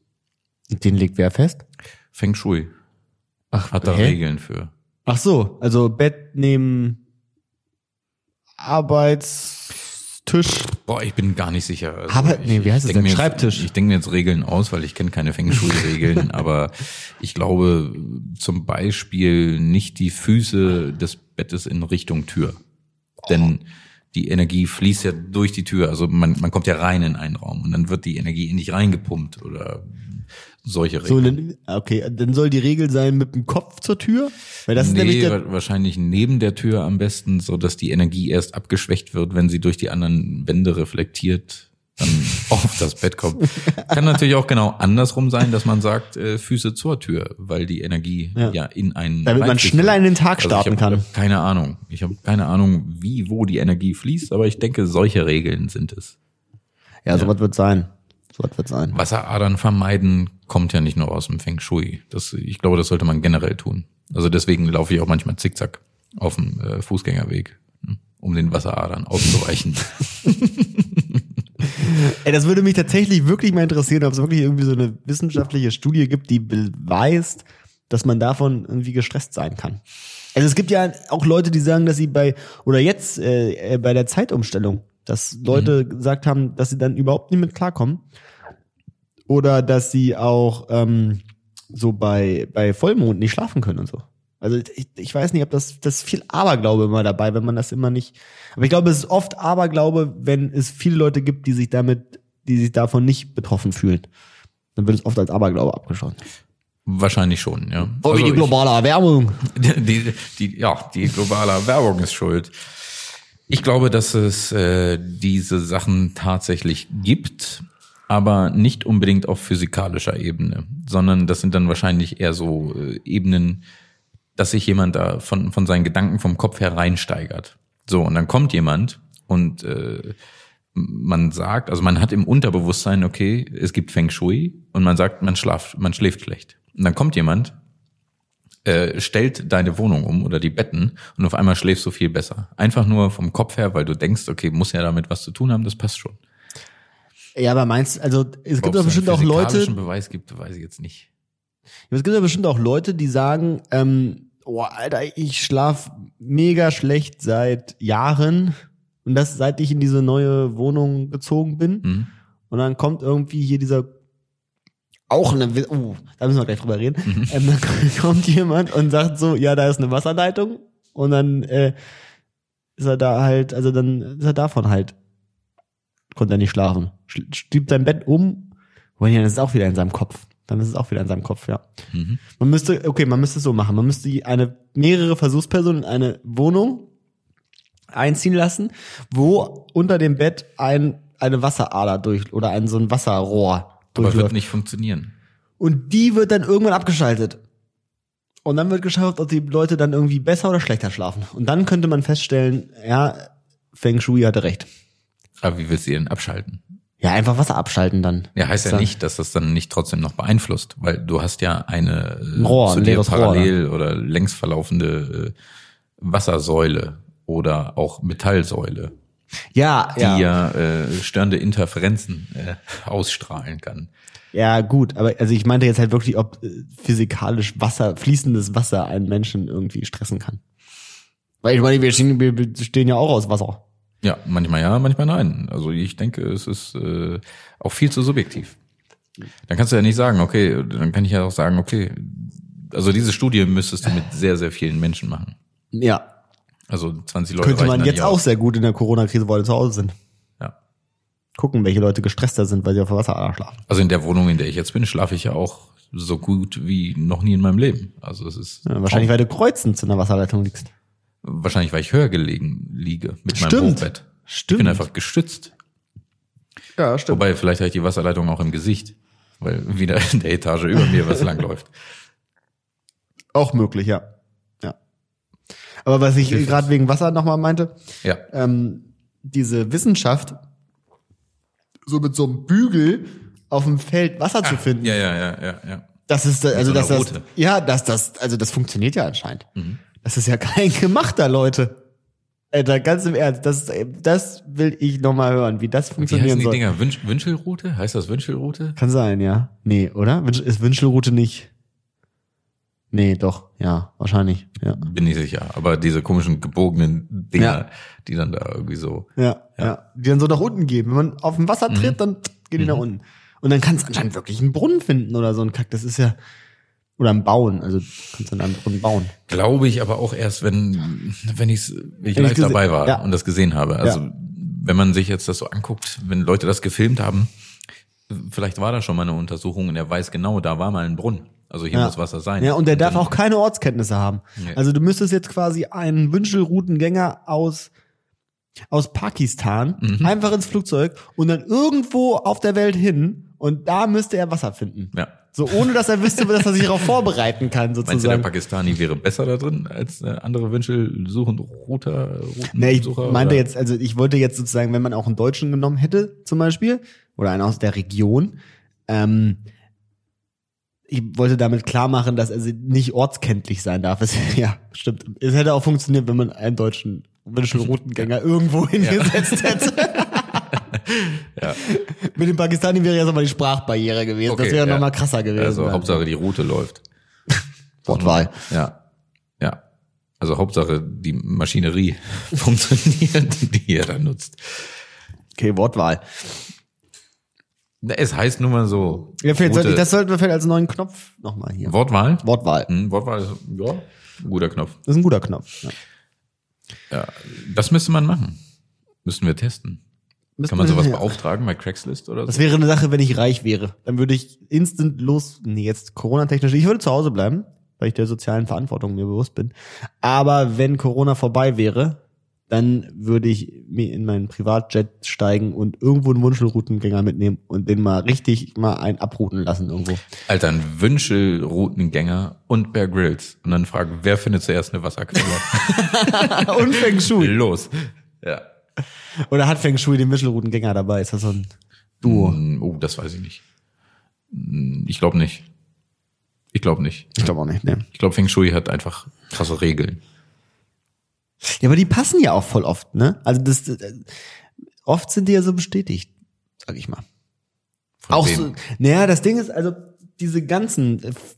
[SPEAKER 1] Den legt wer fest?
[SPEAKER 2] Feng Shui. Ach, hat da
[SPEAKER 1] hä?
[SPEAKER 2] Regeln für.
[SPEAKER 1] Ach so, also Bett nehmen, Arbeitstisch.
[SPEAKER 2] Boah, ich bin gar nicht sicher. Also
[SPEAKER 1] Aber-
[SPEAKER 2] ich,
[SPEAKER 1] nee, wie heißt es
[SPEAKER 2] ich
[SPEAKER 1] denn?
[SPEAKER 2] denk mir jetzt-
[SPEAKER 1] Schreibtisch.
[SPEAKER 2] Ich denke mir jetzt Regeln aus, weil ich kenne keine Feng Shui-Regeln, aber ich glaube zum Beispiel nicht die Füße des Bettes in Richtung Tür. Denn die Energie fließt ja durch die Tür. Also man, man kommt ja rein in einen Raum und dann wird die Energie in dich reingepumpt oder solche Regeln.
[SPEAKER 1] So, dann, okay, dann soll die Regel sein mit dem Kopf zur Tür? Weil das ist nämlich
[SPEAKER 2] nee,
[SPEAKER 1] der,
[SPEAKER 2] wa- wahrscheinlich neben der Tür am besten, so dass die Energie erst abgeschwächt wird, wenn sie durch die anderen Wände reflektiert dann auf das Bett kommt. Kann natürlich auch genau andersrum sein, dass man sagt, äh, Füße zur Tür, weil die Energie ja, in einen
[SPEAKER 1] Damit man
[SPEAKER 2] reinfließt.
[SPEAKER 1] schneller in den Tag starten
[SPEAKER 2] ich hab,
[SPEAKER 1] kann.
[SPEAKER 2] Keine Ahnung. Ich habe keine Ahnung, wie, wo die Energie fließt, aber ich denke, solche Regeln sind es.
[SPEAKER 1] ja, sowas wird sein. Sowas wird sein.
[SPEAKER 2] Wasseradern vermeiden kommt ja nicht nur aus dem Feng Shui. Das, ich glaube, das sollte man generell tun. Also deswegen laufe ich auch manchmal zickzack auf dem äh, Fußgängerweg, hm, um den Wasseradern auszuweichen.
[SPEAKER 1] Ey, das würde mich tatsächlich wirklich mal interessieren, ob es wirklich irgendwie so eine wissenschaftliche Studie gibt, die beweist, dass man davon irgendwie gestresst sein kann. Also es gibt ja auch Leute, die sagen, dass sie bei, oder jetzt äh, äh, bei der Zeitumstellung, dass Leute gesagt haben, dass sie dann überhaupt nicht mit klarkommen. Oder dass sie auch ähm, so bei, bei Vollmond nicht schlafen können und so. Also ich, ich weiß nicht, ob das, das ist viel Aberglaube immer dabei, wenn man das immer nicht. Aber ich glaube, es ist oft Aberglaube, wenn es viele Leute gibt, die sich damit, die sich davon nicht betroffen fühlen. Dann wird es oft als Aberglaube abgeschaut.
[SPEAKER 2] Wahrscheinlich schon, ja.
[SPEAKER 1] Oh, wie
[SPEAKER 2] Also
[SPEAKER 1] die
[SPEAKER 2] ich-
[SPEAKER 1] globale Erwärmung.
[SPEAKER 2] die, die, ja, die globale Werbung ist schuld. Ich glaube, dass es äh, diese Sachen tatsächlich gibt, aber nicht unbedingt auf physikalischer Ebene, sondern das sind dann wahrscheinlich eher so äh, Ebenen, dass sich jemand da von, von seinen Gedanken vom Kopf her reinsteigert. So, und dann kommt jemand und äh, man sagt, also man hat im Unterbewusstsein, okay, es gibt Feng Shui und man sagt, man schlaft, man schläft schlecht. Und dann kommt jemand äh, stellt deine Wohnung um oder die Betten und auf einmal schläfst du viel besser. Einfach nur vom Kopf her, weil du denkst, okay, muss ja damit was zu tun haben, das passt schon.
[SPEAKER 1] Ja, aber meinst also es
[SPEAKER 2] Ob
[SPEAKER 1] gibt doch
[SPEAKER 2] einen
[SPEAKER 1] bestimmt auch Leute,
[SPEAKER 2] physikalischen Beweis gibt, weiß ich jetzt nicht.
[SPEAKER 1] es gibt doch bestimmt auch Leute, die sagen, ähm, oh, Alter, ich schlaf mega schlecht seit Jahren und das seit ich in diese neue Wohnung gezogen bin.
[SPEAKER 2] Hm?
[SPEAKER 1] Und dann kommt irgendwie hier dieser auch eine, Wi- oh, da müssen wir gleich drüber reden.
[SPEAKER 2] Mhm.
[SPEAKER 1] Ähm, dann kommt jemand und sagt so, ja, da ist eine Wasserleitung und dann äh, ist er da halt, also dann ist er davon halt, konnte er nicht schlafen, Sch- stiebt sein Bett um, und dann ist es auch wieder in seinem Kopf. Dann ist es auch wieder in seinem Kopf, ja.
[SPEAKER 2] Mhm.
[SPEAKER 1] Man müsste, okay, man müsste es so machen. Man müsste eine mehrere Versuchspersonen in eine Wohnung einziehen lassen, wo unter dem Bett ein, eine Wasserader durch oder ein so ein Wasserrohr
[SPEAKER 2] Aber wird
[SPEAKER 1] durchläuft.
[SPEAKER 2] nicht funktionieren.
[SPEAKER 1] Und die wird dann irgendwann abgeschaltet. Und dann wird geschaut, ob die Leute dann irgendwie besser oder schlechter schlafen. Und dann könnte man feststellen, ja, Feng Shui hatte recht.
[SPEAKER 2] Aber wie willst du den abschalten?
[SPEAKER 1] Ja, einfach Wasser abschalten dann.
[SPEAKER 2] Ja, heißt ja
[SPEAKER 1] Dann-
[SPEAKER 2] nicht, dass das dann nicht trotzdem noch beeinflusst, weil du hast ja eine äh,
[SPEAKER 1] Ein Rohr,
[SPEAKER 2] zu
[SPEAKER 1] ein
[SPEAKER 2] dir
[SPEAKER 1] leeres Rohr, ne?
[SPEAKER 2] parallel oder längs verlaufende äh, Wassersäule oder auch Metallsäule.
[SPEAKER 1] Ja,
[SPEAKER 2] die
[SPEAKER 1] ja.
[SPEAKER 2] ja, äh, störende Interferenzen äh, ausstrahlen kann.
[SPEAKER 1] Ja, gut, aber also ich meinte jetzt halt wirklich, ob äh, physikalisch Wasser, fließendes Wasser einen Menschen irgendwie stressen kann. Weil ich meine, wir stehen, wir bestehen ja auch aus Wasser.
[SPEAKER 2] Ja, manchmal ja, manchmal nein. Also ich denke, es ist äh, auch viel zu subjektiv. Dann kannst du ja nicht sagen, okay, dann kann ich ja auch sagen, okay, also diese Studie müsstest du mit sehr, sehr vielen Menschen machen.
[SPEAKER 1] Ja.
[SPEAKER 2] Also 20 Leute.
[SPEAKER 1] Könnte
[SPEAKER 2] reichen
[SPEAKER 1] man
[SPEAKER 2] da
[SPEAKER 1] jetzt
[SPEAKER 2] nicht
[SPEAKER 1] auch
[SPEAKER 2] aus.
[SPEAKER 1] sehr gut in der Corona-Krise, weil alle zu Hause sind.
[SPEAKER 2] Ja.
[SPEAKER 1] Gucken, welche Leute gestresster sind, weil sie auf der Wasserader schlafen.
[SPEAKER 2] Also in der Wohnung, in der ich jetzt bin, schlafe ich ja auch so gut wie noch nie in meinem Leben. Also es ist
[SPEAKER 1] Ja, Äh, wahrscheinlich, weil du kreuzend zu einer Wasserleitung liegst.
[SPEAKER 2] wahrscheinlich, weil ich höher gelegen liege mit meinem
[SPEAKER 1] Stimmt.
[SPEAKER 2] Hochbett. Ich
[SPEAKER 1] Stimmt.
[SPEAKER 2] bin einfach gestützt.
[SPEAKER 1] Ja, stimmt.
[SPEAKER 2] Wobei, vielleicht habe ich die Wasserleitung auch im Gesicht. weil wieder in der Etage über mir was lang läuft.
[SPEAKER 1] Auch möglich, ja. ja. Aber was ich
[SPEAKER 2] Hilft
[SPEAKER 1] gerade
[SPEAKER 2] das.
[SPEAKER 1] wegen Wasser nochmal meinte,
[SPEAKER 2] Ja.
[SPEAKER 1] ähm, diese Wissenschaft, so mit so einem Bügel auf dem Feld Wasser zu finden,
[SPEAKER 2] Ah, Ja, ja, ja, ja, ja.
[SPEAKER 1] das ist, also
[SPEAKER 2] so einer
[SPEAKER 1] dass das,
[SPEAKER 2] Rute.
[SPEAKER 1] ja, dass das, also das funktioniert ja anscheinend.
[SPEAKER 2] Mhm.
[SPEAKER 1] Das ist ja kein gemachter, Leute. Alter, ganz im Ernst, das, das will ich nochmal hören, wie das
[SPEAKER 2] Wie heißen
[SPEAKER 1] funktionieren
[SPEAKER 2] die
[SPEAKER 1] soll.
[SPEAKER 2] Dinger? Wünsch, Wünschelrute? Heißt das Wünschelrute?
[SPEAKER 1] Kann sein, ja. Nee, oder? Wünsch- Ist Wünschelrute nicht? Nee, doch, ja, wahrscheinlich, ja.
[SPEAKER 2] Bin nicht sicher. Aber diese komischen gebogenen Dinger, die dann da irgendwie so.
[SPEAKER 1] Ja, ja. Die dann so nach unten gehen. Wenn man auf dem Wasser
[SPEAKER 2] Mhm.
[SPEAKER 1] tritt, dann gehen die nach unten. Und dann kannst du anscheinend wirklich einen Brunnen finden oder so ein Kack. Das ist ja. Oder ein Bauen. Also du kannst dann einen Brunnen bauen.
[SPEAKER 2] Glaube ich aber auch erst, wenn, wenn, ich's, wenn ich
[SPEAKER 1] Wenn ich's
[SPEAKER 2] live
[SPEAKER 1] gese-
[SPEAKER 2] dabei war
[SPEAKER 1] ja.
[SPEAKER 2] und das gesehen habe. Also
[SPEAKER 1] Ja.
[SPEAKER 2] wenn man sich jetzt das so anguckt, wenn Leute das gefilmt haben, vielleicht war da schon mal eine Untersuchung und er weiß genau, da war mal ein Brunnen. Also hier
[SPEAKER 1] Ja.
[SPEAKER 2] muss Wasser sein.
[SPEAKER 1] Ja, und der darf
[SPEAKER 2] dann-
[SPEAKER 1] auch keine Ortskenntnisse haben.
[SPEAKER 2] Nee.
[SPEAKER 1] Also du müsstest jetzt quasi einen Wünschelroutengänger aus aus Pakistan
[SPEAKER 2] Mhm.
[SPEAKER 1] einfach ins Flugzeug und dann irgendwo auf der Welt hin und da müsste er Wasser finden.
[SPEAKER 2] Ja.
[SPEAKER 1] So ohne dass er wüsste, dass er sich darauf vorbereiten kann sozusagen.
[SPEAKER 2] Meinst du, der Pakistani wäre besser da drin als äh, andere Wünschelsuchen, Router,
[SPEAKER 1] Nee, ich
[SPEAKER 2] Routensucher,
[SPEAKER 1] meinte
[SPEAKER 2] oder?
[SPEAKER 1] jetzt, also ich wollte jetzt sozusagen, wenn man auch einen Deutschen genommen hätte, zum Beispiel, oder einen aus der Region, ähm, ich wollte damit klar machen, dass er sie- nicht ortskenntlich sein darf. Es, ja, stimmt. Es hätte auch funktioniert, wenn man einen deutschen, deutschen Routengänger irgendwo hingesetzt hätte. Mit dem Pakistani wäre jetzt aber die Sprachbarriere gewesen.
[SPEAKER 2] Okay,
[SPEAKER 1] das wäre
[SPEAKER 2] ja.
[SPEAKER 1] nochmal krasser gewesen.
[SPEAKER 2] Also Hauptsache die Route läuft.
[SPEAKER 1] Wortwahl.
[SPEAKER 2] Ja. Ja. Also Hauptsache die Maschinerie funktioniert, die er da nutzt.
[SPEAKER 1] Okay, Wortwahl.
[SPEAKER 2] Na, Es heißt nun mal so.
[SPEAKER 1] Ja, vielleicht sollte
[SPEAKER 2] Route-
[SPEAKER 1] ich, das sollten wir vielleicht als neuen Knopf nochmal hier.
[SPEAKER 2] Wortwahl?
[SPEAKER 1] Wortwahl.
[SPEAKER 2] Hm, Wortwahl ist ja, ein guter Knopf.
[SPEAKER 1] Das ist ein guter Knopf. Ja.
[SPEAKER 2] Das müsste man machen. Müssten wir testen. Kann man
[SPEAKER 1] Müssen wir-
[SPEAKER 2] sowas beauftragen bei Craigslist oder
[SPEAKER 1] Das
[SPEAKER 2] so?
[SPEAKER 1] wäre eine Sache, wenn ich reich wäre. Dann würde ich instant los, nee, jetzt Corona-technisch, ich würde zu Hause bleiben, weil ich der sozialen Verantwortung mir bewusst bin. Aber wenn Corona vorbei wäre, dann würde ich mir in meinen Privatjet steigen und irgendwo einen Wunschelroutengänger mitnehmen und den mal richtig mal einen abruten lassen irgendwo.
[SPEAKER 2] Alter, ein Wünschelroutengänger und Bear Grylls. Und dann fragen, wer findet zuerst eine Wasserquelle?
[SPEAKER 1] und Feng Shui.
[SPEAKER 2] Los. Ja.
[SPEAKER 1] Oder hat Feng Shui den Wunschelroutengänger dabei? Ist das so ein Duo?
[SPEAKER 2] Hm, Oh, das weiß ich nicht. Hm, Ich glaube nicht. Ich glaube nicht.
[SPEAKER 1] Ich glaube auch nicht, ne.
[SPEAKER 2] Ich glaube, Feng Shui hat einfach krasse Regeln.
[SPEAKER 1] Ja, aber die passen ja auch voll oft, ne? Also das, äh, oft sind die ja so bestätigt, sag ich mal.
[SPEAKER 2] Von
[SPEAKER 1] auch
[SPEAKER 2] wem?
[SPEAKER 1] so, naja, das Ding ist, also diese ganzen, äh, f-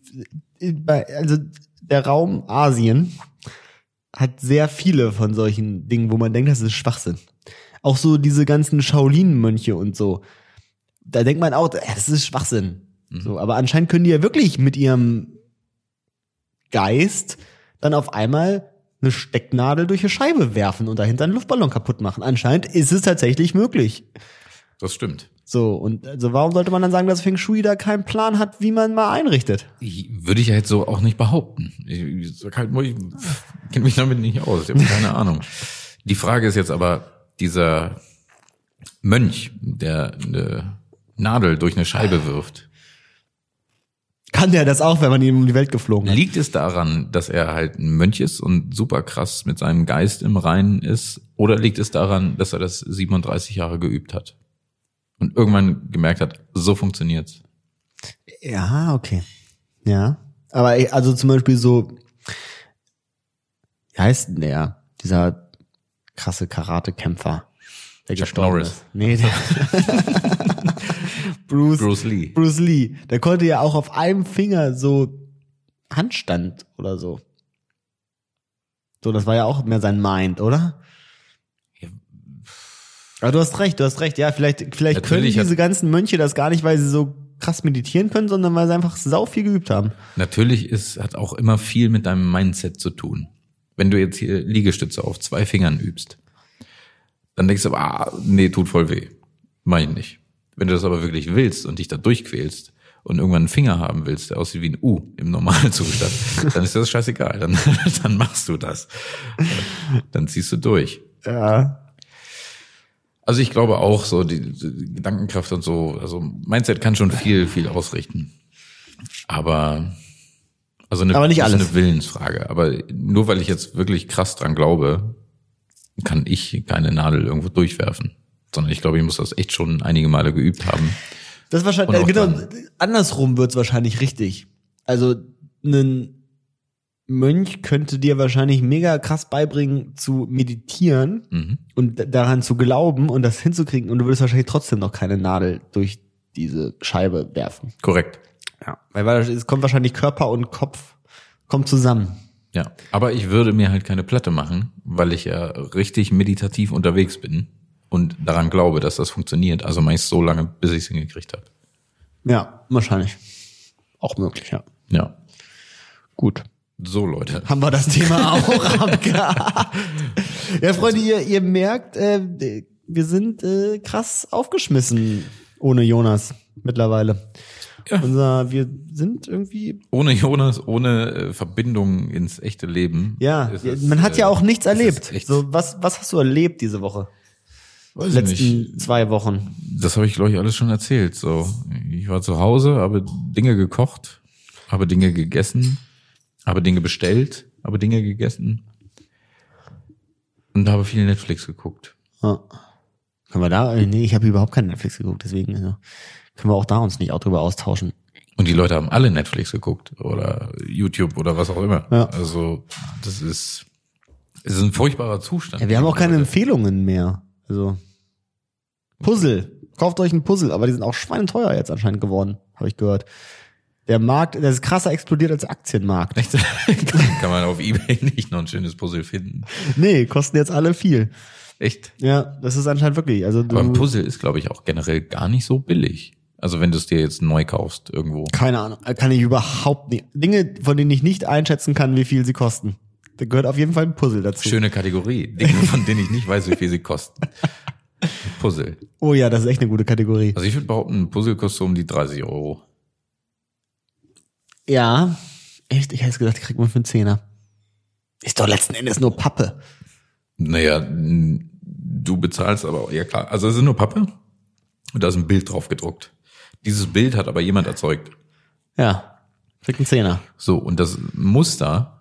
[SPEAKER 1] äh, bei- also der Raum Asien hat sehr viele von solchen Dingen, wo man denkt, das ist Schwachsinn. Auch so diese ganzen Shaolin-Mönche und so. Da denkt man auch, äh, das ist Schwachsinn.
[SPEAKER 2] Mhm.
[SPEAKER 1] So, aber anscheinend können die ja wirklich mit ihrem Geist dann auf einmal eine Stecknadel durch eine Scheibe werfen und dahinter einen Luftballon kaputt machen. Anscheinend ist es tatsächlich möglich.
[SPEAKER 2] Das stimmt.
[SPEAKER 1] So, und also warum sollte man dann sagen, dass Feng Shui da keinen Plan hat, wie man mal einrichtet?
[SPEAKER 2] Ich, würde ich ja jetzt so auch nicht behaupten. Ich, ich sag halt nur, ich kenne mich damit nicht aus. Ich habe keine Ahnung. Die Frage ist jetzt aber, dieser Mönch, der eine Nadel durch eine Scheibe wirft,
[SPEAKER 1] Kann der das auch, wenn man ihm um die Welt geflogen hat?
[SPEAKER 2] liegt es daran, dass er halt ein Mönch ist und super krass mit seinem Geist im Reinen ist? Oder liegt es daran, dass er das 37 Jahre geübt hat? Und irgendwann gemerkt hat, so funktioniert's.
[SPEAKER 1] Ja, okay. Ja. Aber ich- also zum Beispiel so, wie heißt denn der? Dieser krasse Karatekämpfer. Der
[SPEAKER 2] Chuck
[SPEAKER 1] gestorben
[SPEAKER 2] Norris.
[SPEAKER 1] Ist. Nee, der Bruce, Bruce.
[SPEAKER 2] Bruce Lee.
[SPEAKER 1] Bruce Lee. Der konnte ja auch auf einem Finger so Handstand oder so. So, das war ja auch mehr sein Mind, oder?
[SPEAKER 2] Ja.
[SPEAKER 1] Aber du hast recht, du hast recht. Ja, vielleicht, vielleicht können
[SPEAKER 2] Natürlich hat-
[SPEAKER 1] diese ganzen Mönche das gar nicht, weil sie so krass meditieren können, sondern weil sie einfach sau viel geübt haben.
[SPEAKER 2] Natürlich ist, hat auch immer viel mit deinem Mindset zu tun. Wenn du jetzt hier Liegestütze auf zwei Fingern übst, dann denkst du, ah, nee, tut voll weh. Mach ich nicht. Wenn du das aber wirklich willst und dich da durchquälst und irgendwann einen Finger haben willst, der aussieht wie ein U im normalen Zustand, dann ist das scheißegal. Dann, dann machst du das. Dann ziehst du durch.
[SPEAKER 1] Ja.
[SPEAKER 2] Also ich glaube auch so die, die Gedankenkraft und so. Also Mindset kann schon viel, viel ausrichten. Aber also eine,
[SPEAKER 1] Aber nicht
[SPEAKER 2] das ist
[SPEAKER 1] alles.
[SPEAKER 2] eine Willensfrage. Aber nur weil ich jetzt wirklich krass dran glaube, kann ich keine Nadel irgendwo durchwerfen. Sondern ich glaube, ich muss das echt schon einige Male geübt haben.
[SPEAKER 1] Das ist wahrscheinlich,
[SPEAKER 2] Und auch
[SPEAKER 1] genau, andersrum wird's wahrscheinlich richtig. Also, ein Mönch könnte dir wahrscheinlich mega krass beibringen, zu meditieren
[SPEAKER 2] Mhm.
[SPEAKER 1] und d- daran zu glauben und das hinzukriegen und du würdest wahrscheinlich trotzdem noch keine Nadel durch diese Scheibe werfen.
[SPEAKER 2] Korrekt.
[SPEAKER 1] Ja. Weil weil es kommt wahrscheinlich Körper und Kopf kommt zusammen.
[SPEAKER 2] Ja, aber ich würde mir halt keine Platte machen, weil ich ja richtig meditativ unterwegs bin und daran glaube, dass das funktioniert. Also meist so lange, bis ich es hingekriegt habe.
[SPEAKER 1] Ja, wahrscheinlich. Auch möglich, ja.
[SPEAKER 2] Ja.
[SPEAKER 1] Gut.
[SPEAKER 2] So, Leute.
[SPEAKER 1] haben wir das Thema auch abgehakt. Ja, Freunde, ihr, ihr merkt, äh, wir sind äh, krass aufgeschmissen ohne Jonas mittlerweile. Unser, wir sind irgendwie,
[SPEAKER 2] Ohne Jonas, ohne äh, Verbindung ins echte Leben.
[SPEAKER 1] ja,
[SPEAKER 2] ist es,
[SPEAKER 1] man hat ja
[SPEAKER 2] äh,
[SPEAKER 1] auch nichts
[SPEAKER 2] ist es
[SPEAKER 1] erlebt.
[SPEAKER 2] Echt,
[SPEAKER 1] So, was, was hast du erlebt diese Woche?
[SPEAKER 2] weiß ich
[SPEAKER 1] Letzten
[SPEAKER 2] nicht.
[SPEAKER 1] zwei Wochen.
[SPEAKER 2] Das habe ich, glaube ich, alles schon erzählt. So, ich war zu Hause, habe Dinge gekocht, habe Dinge gegessen, habe Dinge bestellt, habe Dinge gegessen und habe viel Netflix geguckt.
[SPEAKER 1] Ja. Können wir da, äh, nee, ich habe überhaupt keinen Netflix geguckt, deswegen also, können wir auch da uns nicht auch drüber austauschen.
[SPEAKER 2] Und die Leute haben alle Netflix geguckt oder YouTube oder was auch immer.
[SPEAKER 1] Ja.
[SPEAKER 2] Also das ist, es ist ein furchtbarer Zustand.
[SPEAKER 1] Ja, wir haben auch keine
[SPEAKER 2] Leute.
[SPEAKER 1] Empfehlungen mehr. Also Puzzle. Kauft euch ein Puzzle, aber die sind auch schweineteuer jetzt anscheinend geworden, habe ich gehört. Der Markt, das ist krasser explodiert als der Aktienmarkt.
[SPEAKER 2] Echt? Kann man auf Ebay nicht noch ein schönes Puzzle finden.
[SPEAKER 1] Nee, kosten jetzt alle viel.
[SPEAKER 2] Echt?
[SPEAKER 1] Ja, das ist anscheinend wirklich. Also
[SPEAKER 2] Aber ein
[SPEAKER 1] du,
[SPEAKER 2] Puzzle ist, glaube ich, auch generell gar nicht so billig. Also wenn du es dir jetzt neu kaufst irgendwo.
[SPEAKER 1] keine Ahnung, äh, kann ich überhaupt nicht. Dinge, von denen ich nicht einschätzen kann, wie viel sie kosten. Da gehört auf jeden Fall ein Puzzle dazu.
[SPEAKER 2] Schöne Kategorie. Dinge, von denen ich nicht weiß, wie viel sie kosten. Puzzle.
[SPEAKER 1] Oh ja, das ist echt eine gute Kategorie.
[SPEAKER 2] Also ich würde behaupten, ein Puzzle kostet so um die 30 Euro.
[SPEAKER 1] Ja, echt, ich hätte gedacht, die kriegt man für einen Zehner. Ist doch letzten Endes nur Pappe.
[SPEAKER 2] Naja, n- du bezahlst aber auch, ja klar. Also es ist nur Pappe und da ist ein Bild drauf gedruckt. Dieses Bild hat aber jemand erzeugt.
[SPEAKER 1] Ja, kriegt einen Zehner.
[SPEAKER 2] So, und das Muster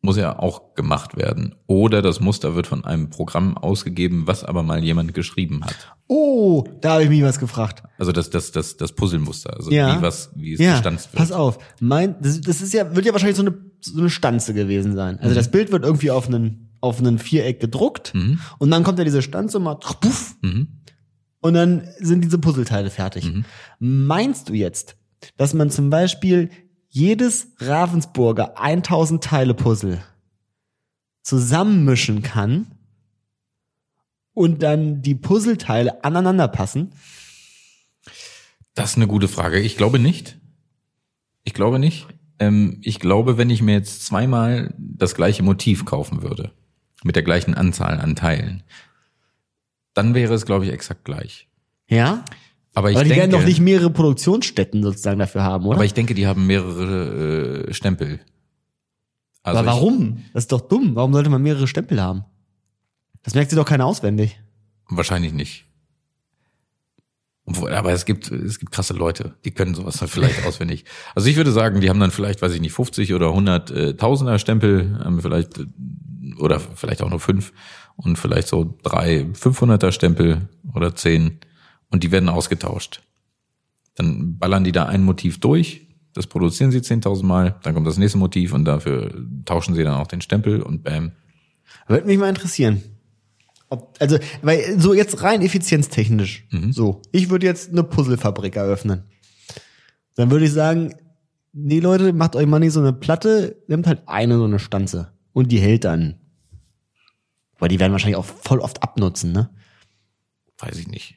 [SPEAKER 2] muss ja auch gemacht werden. Oder das Muster wird von einem Programm ausgegeben, was aber mal jemand geschrieben hat.
[SPEAKER 1] Oh, da habe ich mich was gefragt.
[SPEAKER 2] Also das, das, das, das Puzzlemuster, also
[SPEAKER 1] Ja.
[SPEAKER 2] wie was, wie es
[SPEAKER 1] ja,
[SPEAKER 2] gestanzt wird.
[SPEAKER 1] pass auf. Mein, das, das ist ja, wird ja wahrscheinlich so eine, so eine Stanze gewesen sein.
[SPEAKER 2] Mhm.
[SPEAKER 1] Also das Bild wird irgendwie auf einen, auf einen Viereck gedruckt
[SPEAKER 2] Mhm.
[SPEAKER 1] und dann kommt ja diese Stanze mal puff, und dann sind diese Puzzleteile fertig.
[SPEAKER 2] Mhm.
[SPEAKER 1] Meinst du jetzt, dass man zum Beispiel jedes Ravensburger 1000 Teile Puzzle zusammenmischen kann und dann die Puzzleteile aneinander passen?
[SPEAKER 2] Das ist eine gute Frage. Ich glaube nicht. Ich glaube nicht. Ähm, ich glaube, wenn ich mir jetzt zweimal das gleiche Motiv kaufen würde, mit der gleichen Anzahl an Teilen, dann wäre es, glaube ich, exakt gleich.
[SPEAKER 1] Ja?
[SPEAKER 2] Aber ich
[SPEAKER 1] aber die
[SPEAKER 2] denke,
[SPEAKER 1] werden doch nicht mehrere Produktionsstätten sozusagen dafür haben, oder?
[SPEAKER 2] aber ich denke, die haben mehrere äh, Stempel. Also
[SPEAKER 1] aber warum? Das ist doch dumm. Warum sollte man mehrere Stempel haben? Das merkt sich doch keiner auswendig.
[SPEAKER 2] Ich, wahrscheinlich nicht. Obwohl, aber es gibt, es gibt krasse Leute, die können sowas dann vielleicht auswendig. Also ich würde sagen, die haben dann vielleicht, weiß ich nicht, 50 oder 100 äh, Tausender Stempel, ähm, vielleicht, äh, oder vielleicht auch nur fünf und vielleicht so drei 500er Stempel oder zehn und die werden ausgetauscht. Dann ballern die da ein Motiv durch, das produzieren sie 10.000 Mal, dann kommt das nächste Motiv und dafür tauschen sie dann auch den Stempel und bam.
[SPEAKER 1] Würde mich mal interessieren. Ob, also, weil so jetzt rein effizienztechnisch.
[SPEAKER 2] Mhm.
[SPEAKER 1] So, ich würde jetzt eine Puzzlefabrik eröffnen. Dann würde ich sagen, nee Leute, macht euch mal nicht so eine Platte, nehmt halt eine so eine Stanze und die hält dann. Weil die werden wahrscheinlich auch voll oft abnutzen, ne?
[SPEAKER 2] Weiß ich nicht.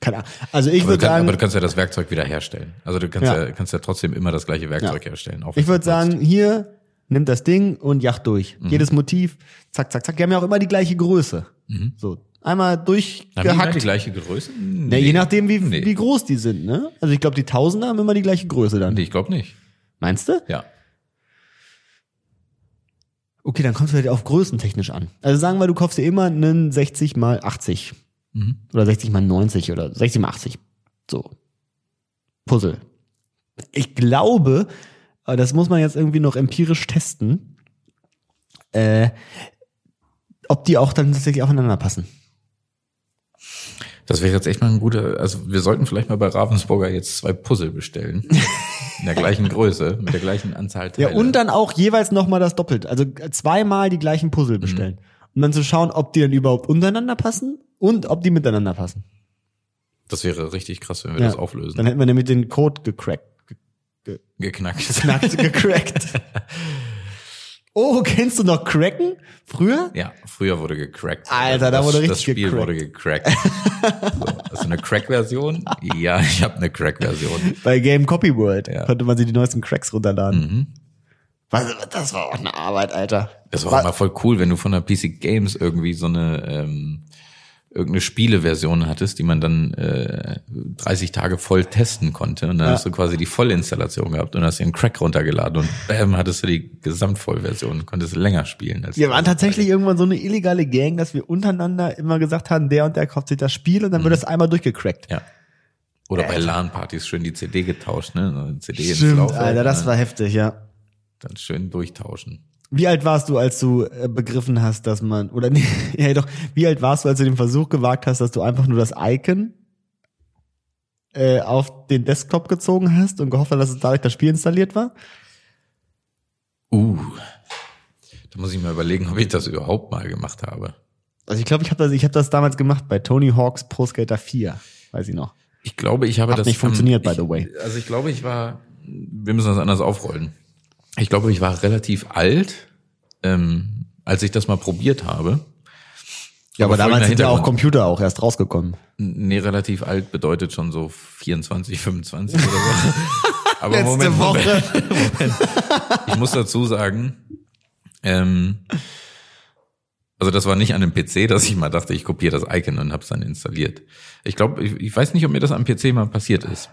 [SPEAKER 1] Keine Ahnung. Also ich
[SPEAKER 2] Aber du,
[SPEAKER 1] würde
[SPEAKER 2] kann,
[SPEAKER 1] sagen,
[SPEAKER 2] aber du kannst ja das Werkzeug wieder herstellen. Also du kannst
[SPEAKER 1] Ja.
[SPEAKER 2] ja, kannst ja trotzdem immer das gleiche Werkzeug
[SPEAKER 1] Ja.
[SPEAKER 2] herstellen. auch wenn
[SPEAKER 1] Ich würde
[SPEAKER 2] du benutzt.
[SPEAKER 1] sagen, hier, nimm das Ding und jacht durch.
[SPEAKER 2] Mhm.
[SPEAKER 1] Jedes Motiv, zack, zack, zack. Die haben ja auch immer die gleiche Größe. So, einmal
[SPEAKER 2] haben Mhm. die immer die
[SPEAKER 1] durchgehackt.
[SPEAKER 2] gleiche Größe?
[SPEAKER 1] Ja,
[SPEAKER 2] Nee.
[SPEAKER 1] je nachdem, wie,
[SPEAKER 2] Nee.
[SPEAKER 1] wie groß die sind, ne? Also ich glaube, die Tausender haben immer die gleiche Größe dann.
[SPEAKER 2] Nee, ich glaube nicht.
[SPEAKER 1] Meinst du?
[SPEAKER 2] Ja.
[SPEAKER 1] Okay, dann kommst du halt auf größentechnisch an. Also sagen wir, du kaufst dir immer einen 60 mal 80 oder 60 mal 90 oder 60 mal 80. So. Puzzle. Ich glaube, aber das muss man jetzt irgendwie noch empirisch testen, äh, ob die auch dann tatsächlich aufeinander passen.
[SPEAKER 2] Das wäre jetzt echt mal ein guter, also wir sollten vielleicht mal bei Ravensburger jetzt zwei Puzzle bestellen. In der gleichen Größe, mit der gleichen Anzahl
[SPEAKER 1] Ja,
[SPEAKER 2] Teile.
[SPEAKER 1] und dann auch jeweils nochmal das Doppelte. Also zweimal die gleichen Puzzle bestellen. Um dann zu schauen, ob die dann überhaupt untereinander passen und ob die miteinander passen.
[SPEAKER 2] Das wäre richtig krass, wenn wir
[SPEAKER 1] Ja.
[SPEAKER 2] das auflösen.
[SPEAKER 1] Dann hätten wir nämlich den Code gecrackt.
[SPEAKER 2] Geknackt.
[SPEAKER 1] Geknackt, gecrackt. Oh, kennst du noch Cracken? Früher?
[SPEAKER 2] Ja, früher wurde gecrackt.
[SPEAKER 1] Alter, da
[SPEAKER 2] das,
[SPEAKER 1] wurde
[SPEAKER 2] Das
[SPEAKER 1] richtig
[SPEAKER 2] Spiel wurde gecrackt. so, hast du eine Crack-Version? Ja, ich habe eine Crack-Version.
[SPEAKER 1] Bei Game Copy World
[SPEAKER 2] Ja. Mhm.
[SPEAKER 1] konnte man sich die neuesten Cracks runterladen. Was, das war auch eine Arbeit, Alter.
[SPEAKER 2] Das war
[SPEAKER 1] Was-
[SPEAKER 2] auch immer voll cool, wenn du von der PC Games irgendwie so eine ähm, irgendeine Spieleversion hattest, die man dann äh, 30 Tage voll testen konnte. Und dann hast du quasi die Vollinstallation gehabt und hast dir einen Crack runtergeladen und bam, hattest du die Gesamtvollversion und konntest länger spielen. Als
[SPEAKER 1] Wir waren tatsächlich irgendwann so eine illegale Gang, dass wir untereinander immer gesagt haben, der und der kauft sich das Spiel
[SPEAKER 2] Mhm.
[SPEAKER 1] und dann wird das einmal durchgecrackt.
[SPEAKER 2] Ja. Oder bei LAN-Partys schön die CD getauscht, ne? So eine CD ins
[SPEAKER 1] Stimmt,
[SPEAKER 2] Laufwerk,
[SPEAKER 1] Alter, das
[SPEAKER 2] ne?
[SPEAKER 1] war heftig, ja.
[SPEAKER 2] Dann schön durchtauschen.
[SPEAKER 1] Wie alt warst du, als du äh, begriffen hast, dass man, oder nee, ja doch, wie alt warst du, als du den Versuch gewagt hast, dass du einfach nur das Icon äh, auf den Desktop gezogen hast und gehofft hast, dass es dadurch das Spiel installiert war?
[SPEAKER 2] Uh. Da muss ich mal überlegen, ob ich das überhaupt mal gemacht habe.
[SPEAKER 1] Also ich glaube, ich habe das, ich hab das damals gemacht bei Tony Hawk's Pro Skater 4, weiß ich noch.
[SPEAKER 2] Ich glaube, ich habe
[SPEAKER 1] Hat
[SPEAKER 2] das
[SPEAKER 1] nicht funktioniert, by
[SPEAKER 2] ich,
[SPEAKER 1] the way.
[SPEAKER 2] Also ich glaube, ich war. Wir müssen das anders aufrollen. Ich glaube, ich war relativ alt, ähm, als ich das mal probiert habe.
[SPEAKER 1] Ja, aber, damals sind ja auch
[SPEAKER 2] Hintergrund.
[SPEAKER 1] Computer auch erst rausgekommen.
[SPEAKER 2] Nee, relativ alt bedeutet schon so 24, 25 oder so. Aber Moment, Moment. Ich muss dazu sagen, ähm, also das war nicht an dem PC, dass ich mal dachte, ich kopiere das Icon und habe es dann installiert. Ich glaube, ich, ich weiß nicht, ob mir das am PC mal passiert ist.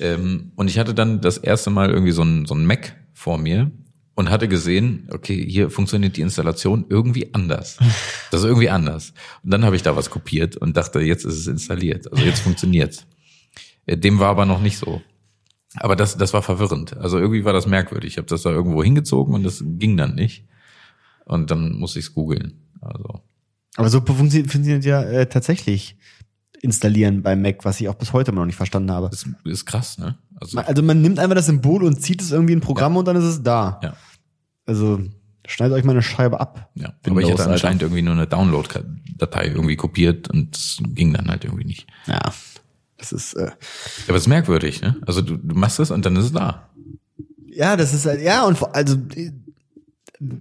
[SPEAKER 2] Ähm, und ich hatte dann das erste Mal irgendwie so ein, so ein Mac vor mir und hatte gesehen, okay, hier funktioniert die Installation irgendwie anders. Das ist irgendwie anders. Und dann habe ich da was kopiert und dachte, jetzt ist es installiert. Also jetzt funktioniert's. Äh, Dem war aber noch nicht so. Aber das, das war verwirrend. Also irgendwie war das merkwürdig. Ich habe das da irgendwo hingezogen und das ging dann nicht. Und dann musste ich es googeln. Also.
[SPEAKER 1] Aber so funktio- funktioniert ja äh, tatsächlich installieren bei Mac, was ich auch bis heute immer noch nicht verstanden habe.
[SPEAKER 2] Das ist krass, ne? Also,
[SPEAKER 1] Also man nimmt einfach das Symbol und zieht es irgendwie in ein Programm und dann ist es da.
[SPEAKER 2] ja.
[SPEAKER 1] Also schneidet euch mal eine Scheibe ab.
[SPEAKER 2] ja. Aber
[SPEAKER 1] Windows,
[SPEAKER 2] ich hatte
[SPEAKER 1] Alter.
[SPEAKER 2] anscheinend irgendwie nur eine Download-Datei irgendwie kopiert und das ging dann halt irgendwie nicht.
[SPEAKER 1] Ja. Das ist äh,
[SPEAKER 2] Aber es ist merkwürdig, ne? Also du, du machst es und dann ist es da.
[SPEAKER 1] ja, das ist halt, ja und vor, also äh,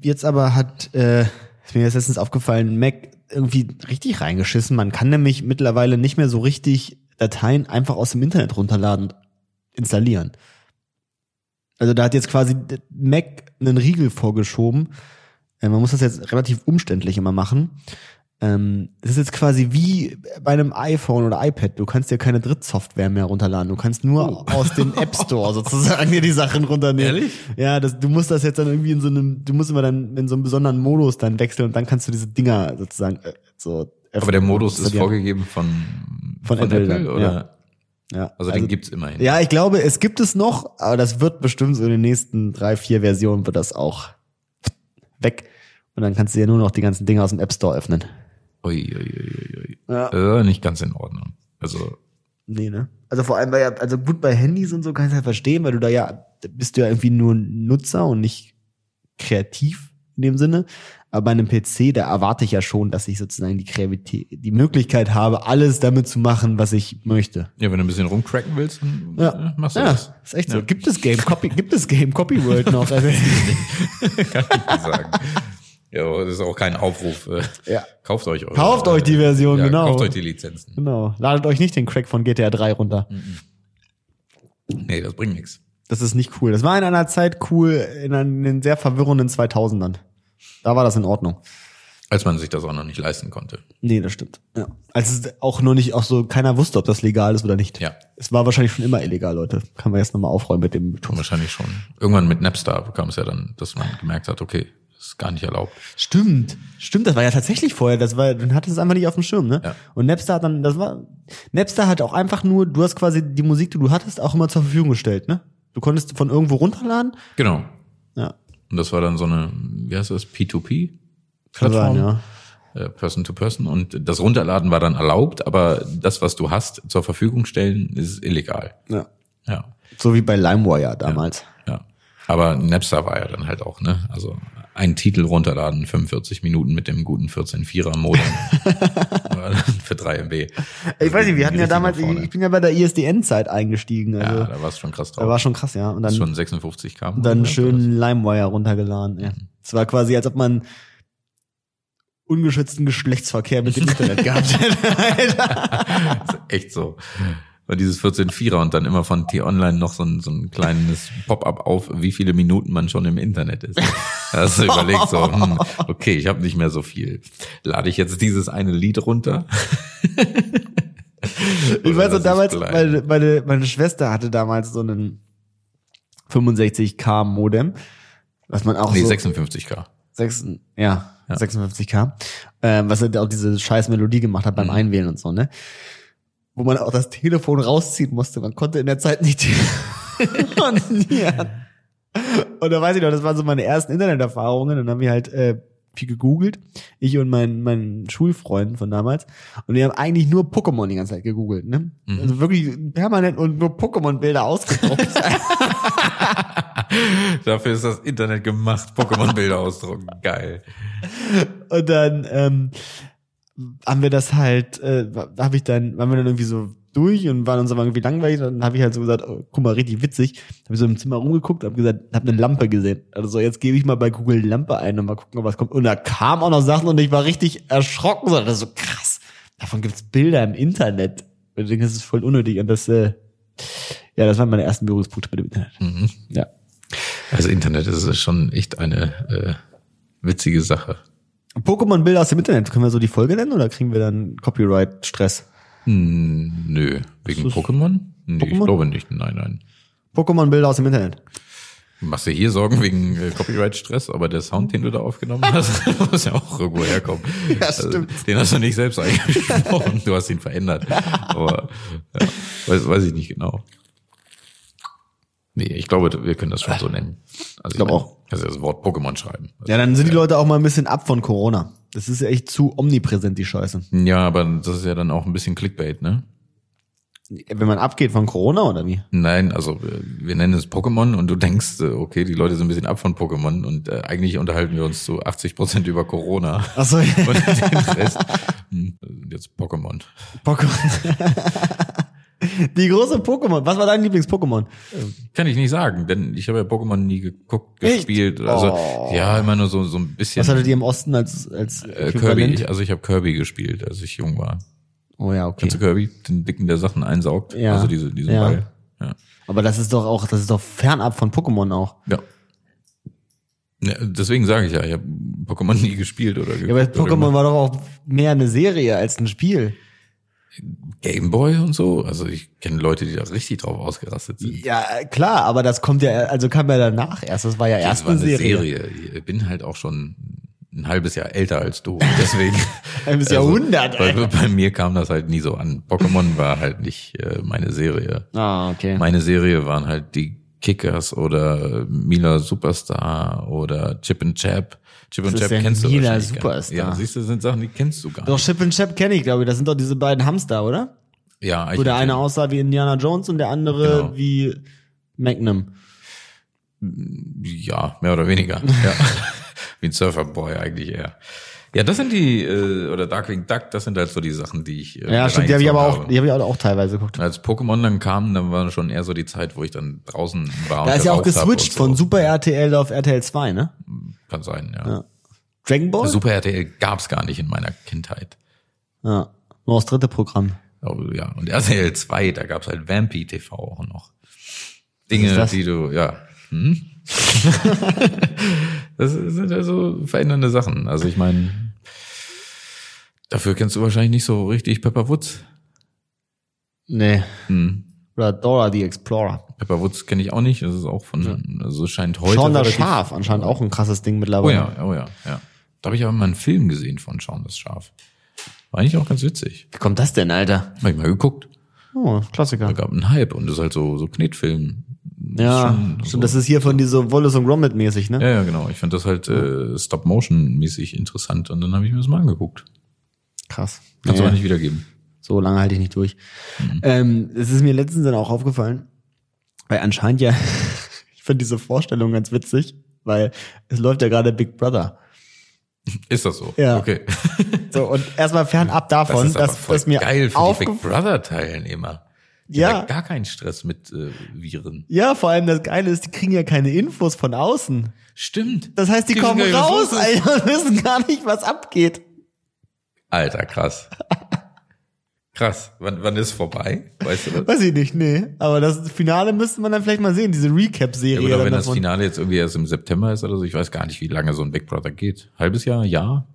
[SPEAKER 1] jetzt aber hat äh, ist mir jetzt letztens aufgefallen, Mac irgendwie richtig reingeschissen. Man kann nämlich mittlerweile nicht mehr so richtig Dateien einfach aus dem Internet runterladen und installieren. Also da hat jetzt quasi d- Mac einen Riegel vorgeschoben. Äh, Man muss das jetzt relativ umständlich immer machen. Ähm, Es ist jetzt quasi wie bei einem iPhone oder iPad. Du kannst dir keine Drittsoftware mehr runterladen. Du kannst nur aus dem App Store sozusagen dir die Sachen runternehmen.
[SPEAKER 2] Ehrlich?
[SPEAKER 1] Ja, das, du musst das jetzt dann irgendwie in so einem, du musst immer dann in so einem besonderen Modus dann wechseln und dann kannst du diese Dinger sozusagen äh, so.
[SPEAKER 2] Aber der Modus ist
[SPEAKER 1] Ja.
[SPEAKER 2] vorgegeben von,
[SPEAKER 1] Von Apple dann,
[SPEAKER 2] oder?
[SPEAKER 1] ja. Ja,
[SPEAKER 2] Also, den gibt's immerhin.
[SPEAKER 1] Ja, ich glaube, es gibt es noch, aber das wird bestimmt so in den nächsten drei, vier Versionen wird das auch weg. Und dann kannst du ja nur noch die ganzen Dinge aus dem App Store öffnen.
[SPEAKER 2] Ui, ui, ui, ui.
[SPEAKER 1] Ja.
[SPEAKER 2] Ja. Äh, nicht ganz in Ordnung. Also
[SPEAKER 1] Nee, ne? Also vor allem, weil ja, also gut bei Handys und so kannst du halt verstehen, weil du da ja, da bist du ja irgendwie nur Nutzer und nicht kreativ in dem Sinne. Aber bei einem PC, da erwarte ich ja schon, dass ich sozusagen die Kreativität, die Möglichkeit habe, alles damit zu machen, was ich möchte.
[SPEAKER 2] Ja, wenn du ein bisschen rumcracken willst, dann
[SPEAKER 1] Ja.
[SPEAKER 2] äh, machst du
[SPEAKER 1] ja,
[SPEAKER 2] das.
[SPEAKER 1] ist echt so. Gibt es Game Copy, gibt es Game Copy World noch? Also,
[SPEAKER 2] Sagen. ja, aber das ist auch kein Aufruf. äh,
[SPEAKER 1] Ja.
[SPEAKER 2] Kauft euch eure,
[SPEAKER 1] Kauft euch die Version,
[SPEAKER 2] ja,
[SPEAKER 1] genau.
[SPEAKER 2] Kauft euch die Lizenzen.
[SPEAKER 1] genau. Ladet euch nicht den Crack von GTA 3 runter.
[SPEAKER 2] Nee, das bringt nichts.
[SPEAKER 1] Das ist nicht cool. Das war in einer Zeit cool, in einem- in den sehr verwirrenden 2000ern. Da war das in Ordnung.
[SPEAKER 2] Als man sich das auch noch nicht leisten konnte.
[SPEAKER 1] Nee, das stimmt. Ja. Also es auch noch nicht, auch so keiner wusste, ob das legal ist oder nicht.
[SPEAKER 2] Ja.
[SPEAKER 1] Es war wahrscheinlich schon immer illegal, Leute. Kann man jetzt nochmal aufräumen mit dem
[SPEAKER 2] Wahrscheinlich schon. Irgendwann mit Napster kam es ja dann, dass man gemerkt hat, okay, ist gar nicht erlaubt.
[SPEAKER 1] Stimmt, stimmt, das war ja tatsächlich vorher, das war, dann hatte es einfach nicht auf dem Schirm, ne?
[SPEAKER 2] Ja.
[SPEAKER 1] Und Napster hat dann, das war, Napster hat auch einfach nur, du hast quasi die Musik, die du hattest, auch immer zur Verfügung gestellt, ne? Du konntest von irgendwo runterladen,
[SPEAKER 2] Genau.
[SPEAKER 1] ja,
[SPEAKER 2] Und das war dann so eine, wie heißt das, P2P?
[SPEAKER 1] kann sein,
[SPEAKER 2] Plattform?
[SPEAKER 1] ja.
[SPEAKER 2] äh, Person to Person und das Runterladen war dann erlaubt, aber das, was du hast, zur Verfügung stellen, ist illegal.
[SPEAKER 1] ja.
[SPEAKER 2] Ja,
[SPEAKER 1] So wie bei LimeWire damals.
[SPEAKER 2] ja. Aber Napster war ja dann halt auch, ne? Also einen Titel runterladen, 45 Minuten mit dem guten 14-4er Modem War dann für 3 MB.
[SPEAKER 1] Ich weiß nicht, wir hatten ja
[SPEAKER 2] Also Richtig
[SPEAKER 1] damals,
[SPEAKER 2] nach
[SPEAKER 1] ich,
[SPEAKER 2] vorne.
[SPEAKER 1] ich bin ja bei der ISDN-Zeit eingestiegen. Also,
[SPEAKER 2] ja, da war es schon krass
[SPEAKER 1] da war
[SPEAKER 2] drauf.
[SPEAKER 1] schon krass, ja. Und dann,
[SPEAKER 2] schon 56 kam.
[SPEAKER 1] dann schön LimeWire runtergeladen. ey.
[SPEAKER 2] Mhm.
[SPEAKER 1] Es war quasi, als ob man ungeschützten Geschlechtsverkehr mit dem Internet gehabt hätte.
[SPEAKER 2] Echt so. Und dieses 14-4er und dann immer von T-Online noch so ein, so ein kleines Pop-up auf, wie viele Minuten man schon im Internet ist. Da hast du überlegt so, hm, okay, ich habe nicht mehr so viel. Lade ich jetzt dieses eine Lied runter?
[SPEAKER 1] Ich weiß
[SPEAKER 2] Oder
[SPEAKER 1] noch
[SPEAKER 2] das
[SPEAKER 1] damals,
[SPEAKER 2] ist klein.
[SPEAKER 1] meine, meine, meine Schwester hatte damals so einen 65k Modem, was man auch
[SPEAKER 2] Nee,
[SPEAKER 1] so
[SPEAKER 2] 56k.
[SPEAKER 1] sechs, ja, 56k, ähm, was halt auch diese scheiß Melodie gemacht hat beim Einwählen und so, ne? Wo man auch das Telefon rausziehen musste. Man konnte in der Zeit nicht telefonieren. Und da weiß ich noch, das waren so meine ersten Interneterfahrungen. Und dann haben wir halt äh, viel gegoogelt. Ich und mein, mein Schulfreund von damals. Und wir haben eigentlich nur Pokémon die ganze Zeit gegoogelt, ne? Also wirklich permanent und nur Pokémon-Bilder ausgedruckt.
[SPEAKER 2] Dafür ist das Internet gemacht. Pokémon-Bilder ausdrucken. Geil.
[SPEAKER 1] Und dann ähm, haben wir das halt, äh, habe ich dann, waren wir dann irgendwie so durch und waren uns aber irgendwie langweilig. Und dann habe ich halt so gesagt, oh, guck mal, richtig witzig. Habe ich so im Zimmer rumgeguckt, habe gesagt, habe eine Lampe gesehen. Also so, jetzt gebe ich mal bei Google Lampe ein und mal gucken, ob was kommt. Und da kam auch noch Sachen und ich war richtig erschrocken. So, das ist so krass. Davon gibt's Bilder im Internet. Und ich denke, das ist voll unnötig. Und das, äh, ja, das waren meine ersten Berührungspunkte mit dem Internet. Ja.
[SPEAKER 2] Also Internet ist schon echt eine äh, witzige Sache.
[SPEAKER 1] Pokémon-Bilder aus dem Internet. Können wir so die Folge nennen oder kriegen wir dann Copyright-Stress?
[SPEAKER 2] Nö. Wegen Pokémon? Nee, ich
[SPEAKER 1] Pokémon?
[SPEAKER 2] glaube nicht. Nein, nein.
[SPEAKER 1] Pokémon-Bilder aus dem Internet.
[SPEAKER 2] Machst du hier Sorgen wegen äh, Copyright-Stress, aber der Sound, den du da aufgenommen hast, muss ja auch irgendwo herkommen. Also,
[SPEAKER 1] Ja, stimmt.
[SPEAKER 2] den hast du nicht selbst eingesprochen, du hast ihn verändert. Aber ja, weiß, weiß ich nicht genau. Nee, ich glaube, wir können das schon so nennen. Also ich
[SPEAKER 1] glaub
[SPEAKER 2] meine,
[SPEAKER 1] auch.
[SPEAKER 2] Kannst ja das Wort Pokémon schreiben.
[SPEAKER 1] Ja, dann sind die Leute auch mal ein bisschen ab von Corona. Das ist ja echt zu omnipräsent, die Scheiße.
[SPEAKER 2] Ja, aber das ist ja dann auch ein bisschen Clickbait, ne?
[SPEAKER 1] Wenn man abgeht von Corona oder wie?
[SPEAKER 2] Nein, also äh, wir nennen es Pokémon und du denkst, äh, okay, die Leute sind ein bisschen ab von Pokémon und äh, eigentlich unterhalten wir uns zu 80 Prozent über Corona.
[SPEAKER 1] Achso,
[SPEAKER 2] Und den Rest, hm, jetzt Pokémon.
[SPEAKER 1] Pokémon. die große Pokémon. Was war dein Lieblings-Pokémon?
[SPEAKER 2] Kann ich nicht sagen, denn ich habe ja Pokémon nie geguckt,
[SPEAKER 1] Echt?
[SPEAKER 2] gespielt. Also
[SPEAKER 1] Oh.
[SPEAKER 2] ja, immer nur so, so ein bisschen.
[SPEAKER 1] Was hattet ihr im Osten als, als
[SPEAKER 2] äh, Kirby.
[SPEAKER 1] Äquivalent?
[SPEAKER 2] Ich, also ich habe Kirby gespielt, als ich jung war.
[SPEAKER 1] Oh ja,
[SPEAKER 2] Kennst
[SPEAKER 1] okay.
[SPEAKER 2] du Kirby? Den dicken, der Sachen einsaugt.
[SPEAKER 1] Ja.
[SPEAKER 2] Also diese, diesen
[SPEAKER 1] Ja.
[SPEAKER 2] Ball. Ja.
[SPEAKER 1] Aber das ist doch auch, das ist doch fernab von Pokémon auch.
[SPEAKER 2] ja. Ja, deswegen sage ich ja, ich habe Pokémon nie gespielt oder
[SPEAKER 1] Ja, aber
[SPEAKER 2] geguckt oder
[SPEAKER 1] Pokémon war doch auch mehr eine Serie als ein Spiel.
[SPEAKER 2] Gameboy und so. Also ich kenne Leute, die da richtig drauf ausgerastet sind.
[SPEAKER 1] Ja, klar, aber das kommt ja, also kam ja danach erst. Das war ja erst
[SPEAKER 2] Das war
[SPEAKER 1] eine
[SPEAKER 2] eine
[SPEAKER 1] Serie.
[SPEAKER 2] Serie. Ich bin halt auch schon ein halbes Jahr älter als du. Deswegen.
[SPEAKER 1] Halbes Jahrhundert,
[SPEAKER 2] Also, bei, bei mir kam das halt nie so an. Pokémon war halt nicht äh, meine Serie.
[SPEAKER 1] Ah, okay.
[SPEAKER 2] Meine Serie waren halt die Kickers oder Mila Superstar oder Chip and Chap. Chip and
[SPEAKER 1] ist
[SPEAKER 2] Chap
[SPEAKER 1] denn
[SPEAKER 2] kennst du
[SPEAKER 1] Mila
[SPEAKER 2] wahrscheinlich Gar nicht.
[SPEAKER 1] Superstar?
[SPEAKER 2] Ja, siehst du, das sind Sachen, die kennst du gar
[SPEAKER 1] Doch,
[SPEAKER 2] nicht.
[SPEAKER 1] Chip and Chap kenne ich, glaube ich. Das sind doch diese beiden Hamster, oder?
[SPEAKER 2] Ja, ich
[SPEAKER 1] Wo der eine aussah wie Indiana Jones und der andere
[SPEAKER 2] Genau.
[SPEAKER 1] wie Magnum.
[SPEAKER 2] Ja, mehr oder weniger. Ja. Wie ein Surferboy eigentlich eher. Ja, das sind die, äh, oder Darkwing Duck, das sind halt so die Sachen, die ich. Äh,
[SPEAKER 1] Ja, stimmt, die habe ich aber
[SPEAKER 2] reingezogen
[SPEAKER 1] auch, die habe ich auch teilweise geguckt.
[SPEAKER 2] Als Pokémon dann kam, dann war schon eher so die Zeit, wo ich dann draußen war.
[SPEAKER 1] Da
[SPEAKER 2] und
[SPEAKER 1] ist ja auch
[SPEAKER 2] geraucht hab
[SPEAKER 1] geswitcht
[SPEAKER 2] und so.
[SPEAKER 1] von Super RTL auf RTL 2, ne?
[SPEAKER 2] Kann sein, ja.
[SPEAKER 1] Ja. Dragon Ball?
[SPEAKER 2] Super RTL gab's gar nicht in meiner Kindheit.
[SPEAKER 1] Ja. Nur das dritte Programm.
[SPEAKER 2] Oh, ja. Und RTL 2, da gab's halt Vampy TV auch noch. Dinge,
[SPEAKER 1] das?
[SPEAKER 2] die du, ja. Hm? das sind ja so verändernde Sachen. Also ich meine, dafür kennst du wahrscheinlich nicht so richtig Pepper Woods.
[SPEAKER 1] Nee.
[SPEAKER 2] Hm.
[SPEAKER 1] Oder Dora the Explorer.
[SPEAKER 2] Pepper Woods kenne ich auch nicht. Das ist auch von, also es scheint heute.
[SPEAKER 1] Sean das
[SPEAKER 2] relativ-
[SPEAKER 1] Schaf, anscheinend auch ein krasses Ding
[SPEAKER 2] Oh
[SPEAKER 1] mittlerweile.
[SPEAKER 2] ja, oh ja, ja. Da habe ich aber mal einen Film gesehen von Sean das Schaf. War eigentlich auch ganz witzig.
[SPEAKER 1] Wie kommt das denn, Alter?
[SPEAKER 2] Habe ich mal geguckt.
[SPEAKER 1] Oh, Klassiker.
[SPEAKER 2] Da gab einen Hype und das ist halt so, so Knetfilm.
[SPEAKER 1] Ja,
[SPEAKER 2] Schon
[SPEAKER 1] stimmt, das ist hier von dieser Wallace und Gromit mäßig, ne?
[SPEAKER 2] Ja, ja, genau. Ich fand das halt äh, Stop-Motion-mäßig interessant und dann habe ich mir das mal angeguckt.
[SPEAKER 1] Krass.
[SPEAKER 2] Kannst du
[SPEAKER 1] Nee,
[SPEAKER 2] aber nicht wiedergeben.
[SPEAKER 1] So lange halte ich nicht durch.
[SPEAKER 2] Mhm.
[SPEAKER 1] Ähm, es ist mir letztens dann auch aufgefallen, weil anscheinend ja, ich finde diese Vorstellung ganz witzig, weil es läuft ja gerade Big Brother.
[SPEAKER 2] Ist das so?
[SPEAKER 1] Ja.
[SPEAKER 2] Okay.
[SPEAKER 1] So, und erstmal fernab
[SPEAKER 2] Das
[SPEAKER 1] davon,
[SPEAKER 2] ist aber
[SPEAKER 1] dass,
[SPEAKER 2] voll
[SPEAKER 1] dass mir
[SPEAKER 2] geil für die
[SPEAKER 1] aufge
[SPEAKER 2] Big Brother-Teilnehmer. Die
[SPEAKER 1] Ja.
[SPEAKER 2] haben Gar keinen Stress mit äh, Viren.
[SPEAKER 1] Ja, vor allem das Geile ist, die kriegen ja keine Infos von außen.
[SPEAKER 2] Stimmt.
[SPEAKER 1] Das heißt, die
[SPEAKER 2] wissen
[SPEAKER 1] kommen
[SPEAKER 2] gar nicht, was
[SPEAKER 1] raus,
[SPEAKER 2] los ist.
[SPEAKER 1] Alter, und wissen gar nicht, was abgeht.
[SPEAKER 2] Alter, krass. krass. Wann, wann ist vorbei? Weißt du das?
[SPEAKER 1] Weiß ich nicht, nee. Aber das Finale müsste man dann vielleicht mal sehen, diese
[SPEAKER 2] Ja,
[SPEAKER 1] Recap-Serie.
[SPEAKER 2] gut, aber
[SPEAKER 1] dann
[SPEAKER 2] wenn das
[SPEAKER 1] davon.
[SPEAKER 2] Finale jetzt irgendwie erst im September ist oder so, ich weiß gar nicht, wie lange so ein Big Brother geht. Halbes Jahr, Jahr?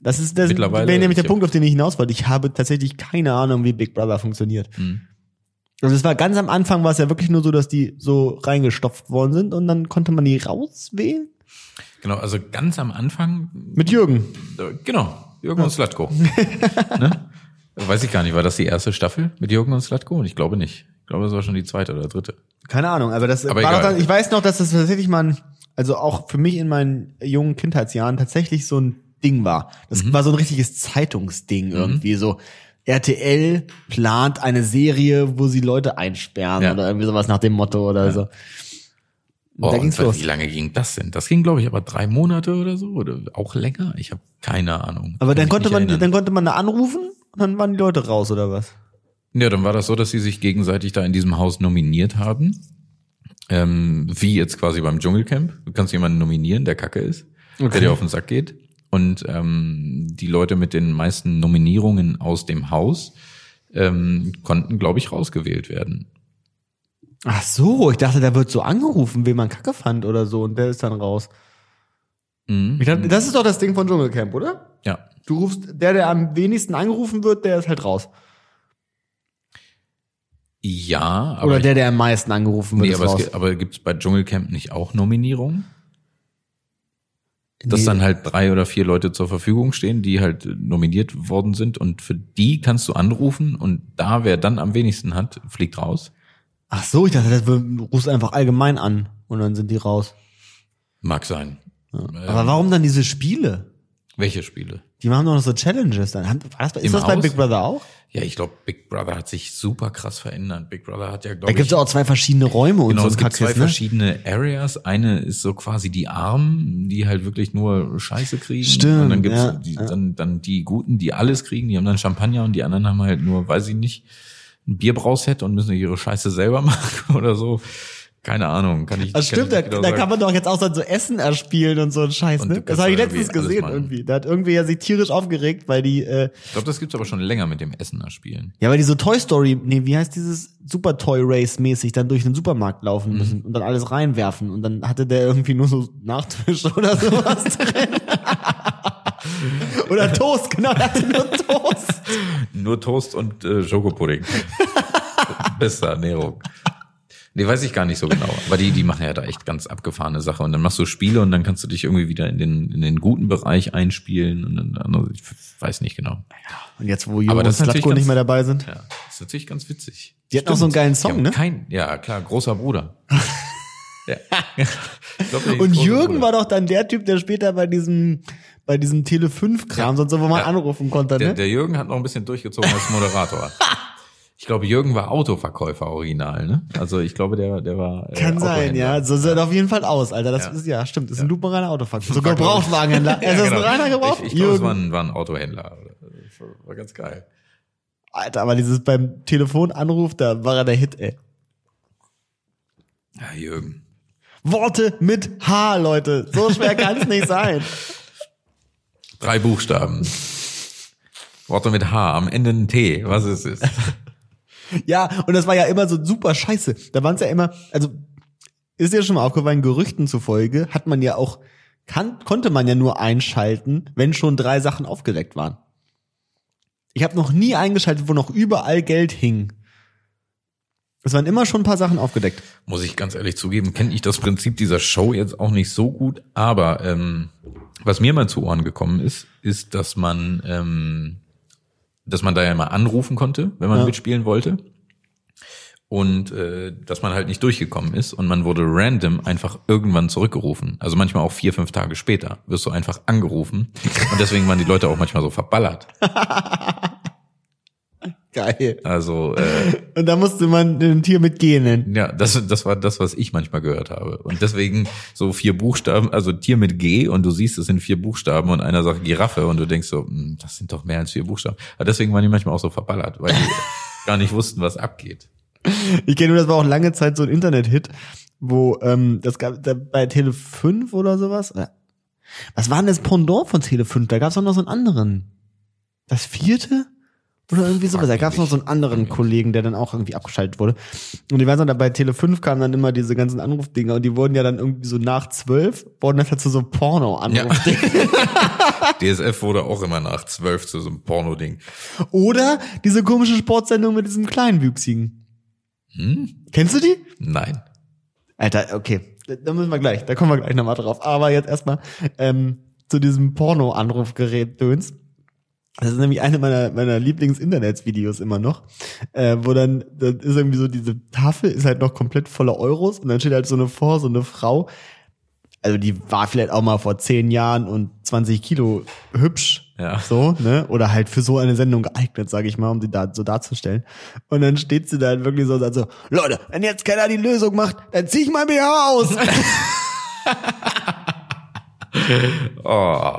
[SPEAKER 1] Das ist das
[SPEAKER 2] Mittlerweile-
[SPEAKER 1] wäre nämlich der
[SPEAKER 2] ich-
[SPEAKER 1] Punkt, auf den ich hinaus wollte. Ich habe tatsächlich keine Ahnung, wie Big Brother funktioniert.
[SPEAKER 2] Mhm.
[SPEAKER 1] Also es war ganz am Anfang war es ja wirklich nur so, dass die so reingestopft worden sind und dann konnte man die rauswählen.
[SPEAKER 2] Genau, also ganz am Anfang
[SPEAKER 1] Mit Jürgen.
[SPEAKER 2] Äh, Genau, Jürgen und Slatko. ne? Weiß ich gar nicht, war das die erste Staffel mit Jürgen und Slatko? Ich glaube nicht. Ich glaube, das war schon die zweite oder dritte.
[SPEAKER 1] Keine Ahnung, aber das
[SPEAKER 2] Aber
[SPEAKER 1] war doch
[SPEAKER 2] egal.
[SPEAKER 1] dann, ich weiß noch, dass das tatsächlich mal, ein, also auch für mich in meinen jungen Kindheitsjahren tatsächlich so ein Ding war. Das war so ein richtiges Zeitungsding irgendwie so. RTL plant eine Serie, wo sie Leute einsperren
[SPEAKER 2] Ja.
[SPEAKER 1] oder irgendwie sowas nach dem Motto oder so.
[SPEAKER 2] Oh,
[SPEAKER 1] da ging's
[SPEAKER 2] und
[SPEAKER 1] los.
[SPEAKER 2] Wie lange ging das denn? Das ging, glaube ich, aber drei Monate oder so oder auch länger. Ich habe keine Ahnung.
[SPEAKER 1] Aber
[SPEAKER 2] Kann
[SPEAKER 1] dann
[SPEAKER 2] mich
[SPEAKER 1] konnte
[SPEAKER 2] nicht
[SPEAKER 1] man,
[SPEAKER 2] erinnern.
[SPEAKER 1] dann konnte man da anrufen und dann waren die Leute raus oder was?
[SPEAKER 2] Ja, dann war das so, dass sie sich gegenseitig da in diesem Haus nominiert haben. Ähm, wie jetzt quasi beim Dschungelcamp. Du kannst jemanden nominieren, der kacke ist, der dir auf den Sack geht. Und ähm, die Leute mit den meisten Nominierungen aus dem Haus ähm, konnten, glaube ich, rausgewählt werden.
[SPEAKER 1] Ach so, ich dachte, da wird so angerufen, wen man Kacke fand oder so und der ist dann raus. Ich dachte, das ist doch das Ding von Dschungelcamp, oder?
[SPEAKER 2] Mhm. Ja.
[SPEAKER 1] Du rufst, der, der am wenigsten angerufen wird, der ist halt raus.
[SPEAKER 2] Ja, aber,
[SPEAKER 1] Oder der, der am meisten angerufen wird,
[SPEAKER 2] nee,
[SPEAKER 1] ist
[SPEAKER 2] aber, es,
[SPEAKER 1] raus.
[SPEAKER 2] gibt- aber gibt's bei Dschungelcamp nicht auch Nominierungen? Dass
[SPEAKER 1] Nee.
[SPEAKER 2] dann halt drei oder vier Leute zur Verfügung stehen, die halt nominiert worden sind und für die kannst du anrufen und da, wer dann am wenigsten hat, fliegt raus.
[SPEAKER 1] Ach so, ich dachte, das wird, du rufst einfach allgemein an und dann sind die raus.
[SPEAKER 2] Mag sein. Äh,
[SPEAKER 1] Aber warum dann diese Spiele?
[SPEAKER 2] welche Spiele?
[SPEAKER 1] Die machen doch noch so Challenges dann. Haben- War das, bei- ist
[SPEAKER 2] Im
[SPEAKER 1] das bei
[SPEAKER 2] Haus?
[SPEAKER 1] Big Brother auch?
[SPEAKER 2] Ja, ich glaube, Big Brother hat sich super krass verändert. Big Brother hat ja,
[SPEAKER 1] Da
[SPEAKER 2] glaube ich,
[SPEAKER 1] gibt's auch zwei verschiedene Räume und
[SPEAKER 2] genau,
[SPEAKER 1] so
[SPEAKER 2] es
[SPEAKER 1] ein
[SPEAKER 2] gibt zwei
[SPEAKER 1] Kackes, ne?
[SPEAKER 2] verschiedene Areas. Eine ist so quasi die Armen, die halt wirklich nur Scheiße kriegen.
[SPEAKER 1] Stimmt,
[SPEAKER 2] Und dann gibt's
[SPEAKER 1] ja,
[SPEAKER 2] die,
[SPEAKER 1] ja.
[SPEAKER 2] dann, dann die Guten, die alles kriegen, die haben dann Champagner und die anderen haben halt nur, weiß ich nicht, ein Bierbrauset und müssen ihre Scheiße selber machen oder so. Keine Ahnung, kann ich
[SPEAKER 1] Das
[SPEAKER 2] kann ich
[SPEAKER 1] stimmt, da,
[SPEAKER 2] nicht genau
[SPEAKER 1] da
[SPEAKER 2] sagen.
[SPEAKER 1] kann man doch jetzt auch dann so Essen erspielen und so ein Scheiß,
[SPEAKER 2] Und
[SPEAKER 1] ne?
[SPEAKER 2] du
[SPEAKER 1] Das
[SPEAKER 2] kannst
[SPEAKER 1] habe ich
[SPEAKER 2] da
[SPEAKER 1] letztens
[SPEAKER 2] irgendwie alles
[SPEAKER 1] gesehen
[SPEAKER 2] machen.
[SPEAKER 1] irgendwie. Da hat irgendwie ja sich tierisch aufgeregt, weil die, äh,
[SPEAKER 2] Ich glaube, das gibt's aber schon länger mit dem Essener Spielen.
[SPEAKER 1] ja, weil die so Toy Story, nee, wie heißt dieses Super Toy Race mäßig dann durch den Supermarkt
[SPEAKER 2] Mhm.
[SPEAKER 1] laufen müssen und dann alles reinwerfen und dann hatte der irgendwie nur so Nachtisch oder sowas drin. oder Toast, genau, der hatte nur Toast.
[SPEAKER 2] Nur Toast und äh, Schokopudding. Beste Ernährung. Nee, weiß ich gar nicht so genau. Aber die, die machen ja da echt ganz abgefahrene Sache. Und dann machst du Spiele und dann kannst du dich irgendwie wieder in den, in den guten Bereich einspielen. Und dann, also ich weiß nicht genau.
[SPEAKER 1] Und jetzt, wo Jürgen
[SPEAKER 2] Aber
[SPEAKER 1] und
[SPEAKER 2] das ist natürlich
[SPEAKER 1] Slatko
[SPEAKER 2] ganz-
[SPEAKER 1] nicht mehr dabei sind.
[SPEAKER 2] Ja, ist natürlich ganz witzig.
[SPEAKER 1] Die hatten auch so einen geilen Song,
[SPEAKER 2] Die haben
[SPEAKER 1] ne?
[SPEAKER 2] Kein, ja, klar, großer Bruder. ja. Ich glaub, der hieß
[SPEAKER 1] Und
[SPEAKER 2] großer
[SPEAKER 1] Jürgen
[SPEAKER 2] Bruder.
[SPEAKER 1] war doch dann der Typ, der später bei diesem, bei diesem Tele 5 Kram, sonst so, wo man
[SPEAKER 2] Ja.
[SPEAKER 1] anrufen konnte,
[SPEAKER 2] Der,
[SPEAKER 1] ne?
[SPEAKER 2] der Jürgen hat noch ein bisschen durchgezogen als Moderator. ich glaube, Jürgen war Autoverkäufer original, ne? Also ich glaube, der, der war. äh,
[SPEAKER 1] Kann sein,
[SPEAKER 2] Autohändler.
[SPEAKER 1] ja. So sieht er auf jeden Fall aus, Alter. Das
[SPEAKER 2] Ja.
[SPEAKER 1] ist, ja, stimmt. Ist ein lupenreiner Autofaktor. Sogar Gebrauchtwagenhändler.
[SPEAKER 2] Ja,
[SPEAKER 1] Es ist
[SPEAKER 2] genau.
[SPEAKER 1] ein reiner
[SPEAKER 2] Ich, ich glaube, es war
[SPEAKER 1] Gebrauchtwagen.
[SPEAKER 2] ein, war ein Autohändler. Das War ganz geil.
[SPEAKER 1] Alter, aber dieses beim Telefonanruf, da war er der Hit, ey.
[SPEAKER 2] Ja, Jürgen.
[SPEAKER 1] Worte mit H, Leute. So schwer kann es nicht sein.
[SPEAKER 2] Drei Buchstaben. Worte mit H, am Ende ein T. Was ist es?
[SPEAKER 1] Ja, und das war ja immer so super scheiße. Da waren es ja immer, also ist ja schon mal aufgefallen, Gerüchten zufolge hat man ja auch, kann, konnte man ja nur einschalten, wenn schon drei Sachen aufgedeckt waren. Ich habe noch nie eingeschaltet, wo noch überall Geld hing. Es waren immer schon ein paar Sachen aufgedeckt.
[SPEAKER 2] Muss ich ganz ehrlich zugeben, kenne ich das Prinzip dieser Show jetzt auch nicht so gut, aber ähm, was mir mal zu Ohren gekommen ist, ist, dass man, ähm, dass man da ja mal anrufen konnte, wenn man
[SPEAKER 1] Ja.
[SPEAKER 2] mitspielen wollte. Und äh, dass man halt nicht durchgekommen ist und man wurde random einfach irgendwann zurückgerufen. Also manchmal auch vier, fünf Tage später wirst du einfach angerufen. Und deswegen waren die Leute auch manchmal so verballert.
[SPEAKER 1] Geil.
[SPEAKER 2] Also äh,
[SPEAKER 1] Und da musste man ein Tier mit G nennen.
[SPEAKER 2] Ja, das, das war das, was ich manchmal gehört habe. Und deswegen so vier Buchstaben, also Tier mit G und du siehst, es sind vier Buchstaben und einer sagt Giraffe und du denkst so, "Hm, das sind doch mehr als vier Buchstaben. Aber deswegen waren die manchmal auch so verballert, weil die gar nicht wussten, was abgeht.
[SPEAKER 1] Ich kenne nur, das war auch lange Zeit so ein Internet-Hit, wo ähm, das gab da, bei Tele 5 oder sowas. äh, Was war denn das Pendant von Tele 5? Da gab es doch noch so einen anderen. Das vierte? Oder irgendwie sowas. Da gab es noch so einen anderen Kollegen, der dann auch irgendwie abgeschaltet wurde. Und ich weiß noch, da bei Tele 5 kamen dann immer diese ganzen Anrufdinger und die wurden ja dann irgendwie so nach zwölf, wurden dann dazu so
[SPEAKER 2] Ja.
[SPEAKER 1] Porno-Anrufdinger.
[SPEAKER 2] DSF wurde auch immer nach zwölf zu so einem Porno-Ding.
[SPEAKER 1] Oder diese komische Sportsendung mit diesem Kleinwüchsigen.
[SPEAKER 2] Hm?
[SPEAKER 1] Kennst du die?
[SPEAKER 2] Nein.
[SPEAKER 1] Alter, okay. Da- Da müssen wir gleich, da kommen wir gleich nochmal drauf. Aber jetzt erstmal ähm, zu diesem Porno-Anrufgerät Döns. Das ist nämlich eine meiner, meiner Lieblings-Internets-Videos immer noch, äh, wo dann, da ist irgendwie so, diese Tafel ist halt noch komplett voller Euros und dann steht halt so eine vor, so eine Frau, also die war vielleicht auch mal vor zehn Jahren und 20 Kilo hübsch,
[SPEAKER 2] Ja.
[SPEAKER 1] so, ne? Oder halt für so eine Sendung geeignet, sage ich mal, um die da so darzustellen. Und dann steht sie da halt wirklich so und sagt so, Leute, wenn jetzt keiner die Lösung macht, dann zieh ich mein BH aus.
[SPEAKER 2] Oh.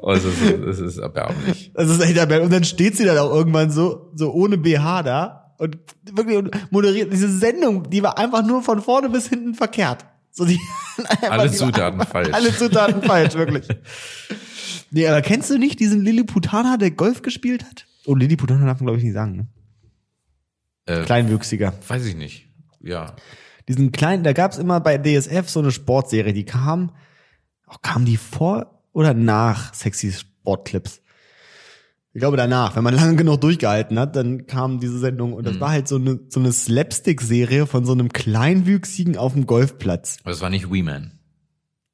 [SPEAKER 2] Oh, es ist, es ist erbärmlich.
[SPEAKER 1] Das ist echt erbärmlich. Und dann steht sie dann auch irgendwann so, so ohne BH da und wirklich und moderiert diese Sendung, die war einfach nur von vorne bis hinten verkehrt. So die,
[SPEAKER 2] Alle
[SPEAKER 1] die war-
[SPEAKER 2] Zutaten falsch.
[SPEAKER 1] Alle Zutaten falsch, wirklich. Nee, aber kennst du nicht diesen Lilliputaner, der Golf gespielt hat? Oh, Lilliputaner darf man, glaube ich, nicht sagen. Ne?
[SPEAKER 2] Äh,
[SPEAKER 1] Kleinwüchsiger.
[SPEAKER 2] weiß ich nicht. Ja.
[SPEAKER 1] Diesen kleinen, da gab's immer bei DSF so eine Sportserie, die kam, auch kam die vor oder nach sexy Sportclips? Ich glaube danach, wenn man lange genug durchgehalten hat, dann kam diese Sendung und das war halt so eine, so eine Slapstick-Serie von so einem Kleinwüchsigen auf dem Golfplatz.
[SPEAKER 2] Aber es war nicht Wee-Man.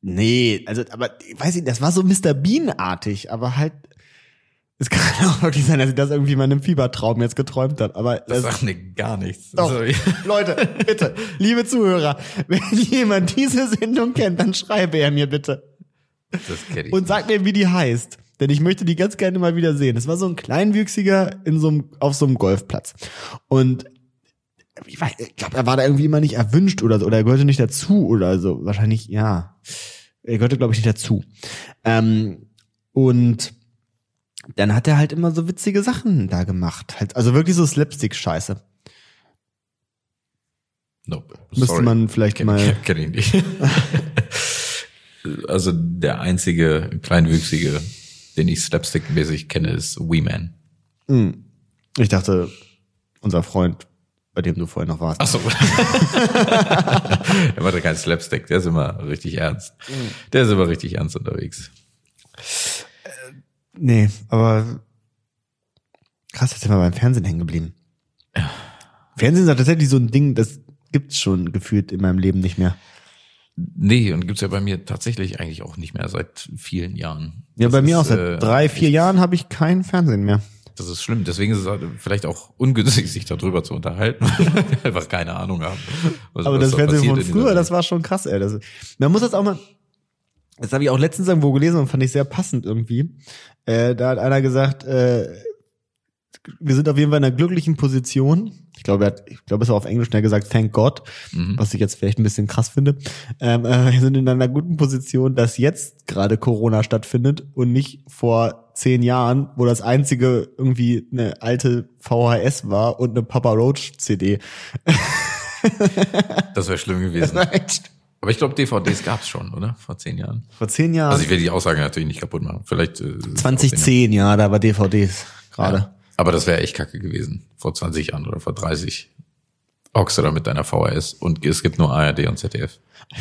[SPEAKER 1] Nee, also, aber ich weiß nicht, das war so Mr. Bean-artig, aber halt. Es kann auch wirklich sein, dass ich das irgendwie mal in einem Fiebertraum jetzt geträumt habe. Aber
[SPEAKER 2] Das
[SPEAKER 1] es-
[SPEAKER 2] sagt mir gar nichts.
[SPEAKER 1] doch,
[SPEAKER 2] Sorry.
[SPEAKER 1] Leute, bitte, liebe Zuhörer, wenn jemand diese Sendung kennt, dann schreibe er mir bitte.
[SPEAKER 2] Das kenn ich.
[SPEAKER 1] Und sag mir, wie die heißt. Denn ich möchte die ganz gerne mal wieder sehen. Das war so ein Kleinwüchsiger in so einem, auf so einem Golfplatz. Und ich, weiß- ich glaube, er war da irgendwie immer nicht erwünscht oder so. Oder er gehörte nicht dazu oder so. Wahrscheinlich, ja. Er gehörte, glaube ich, nicht dazu. Ähm, und dann hat er halt immer so witzige Sachen da gemacht. Halt- Also wirklich so Slapstick-Scheiße.
[SPEAKER 2] Nope.
[SPEAKER 1] Müsste man vielleicht
[SPEAKER 2] kenn,
[SPEAKER 1] mal-
[SPEAKER 2] Kenn ich nicht. also der einzige Kleinwüchsige, den ich Slapstick-mäßig kenne, ist Wee-Man.
[SPEAKER 1] Ich dachte, unser Freund, bei dem du vorhin noch warst.
[SPEAKER 2] Achso. der macht ja keinen Slapstick, der ist immer richtig ernst. Der ist immer richtig ernst unterwegs.
[SPEAKER 1] Nee, aber krass, jetzt sind wir beim Fernsehen hängen geblieben. Fernsehen ist doch tatsächlich so ein Ding, das gibt's schon gefühlt in meinem Leben nicht mehr.
[SPEAKER 2] Nee, und gibt's ja bei mir tatsächlich eigentlich auch nicht mehr seit vielen Jahren.
[SPEAKER 1] Ja,
[SPEAKER 2] Das
[SPEAKER 1] bei mir
[SPEAKER 2] ist,
[SPEAKER 1] auch seit
[SPEAKER 2] äh,
[SPEAKER 1] drei, vier Jahren habe ich kein Fernsehen mehr.
[SPEAKER 2] Das ist schlimm. Deswegen ist es halt vielleicht auch ungünstig, sich darüber zu unterhalten, weil wir einfach keine Ahnung haben. was-
[SPEAKER 1] Aber
[SPEAKER 2] Also was
[SPEAKER 1] das
[SPEAKER 2] da
[SPEAKER 1] Fernsehen
[SPEAKER 2] passiert
[SPEAKER 1] von
[SPEAKER 2] in dieser
[SPEAKER 1] früher,
[SPEAKER 2] Welt.
[SPEAKER 1] das war schon krass, ey. Das, man muss das auch mal. Das habe ich auch letztens irgendwo gelesen und fand ich sehr passend irgendwie. Äh, da hat einer gesagt, äh, wir sind auf jeden Fall in einer glücklichen Position. Ich glaube, er hat, ich glaube, es war auf Englisch schnell gesagt, thank God,
[SPEAKER 2] Mhm.
[SPEAKER 1] was ich jetzt vielleicht ein bisschen krass finde. Ähm, äh, wir sind in einer guten Position, dass jetzt gerade Corona stattfindet und nicht vor zehn Jahren, wo das einzige irgendwie eine alte VHS war und eine Papa Roach CD.
[SPEAKER 2] Das wäre schlimm gewesen. Aber ich glaube, DVDs gab's schon, oder? Vor zehn Jahren.
[SPEAKER 1] Vor zehn Jahren.
[SPEAKER 2] Also ich will die Aussage natürlich nicht kaputt machen. Vielleicht äh,
[SPEAKER 1] 2010, ja, da war DVDs gerade.
[SPEAKER 2] Ja. Aber das wäre echt kacke gewesen. Vor 20 Jahren oder vor 30. Hockst du da mit deiner VHS und es gibt nur ARD und ZDF.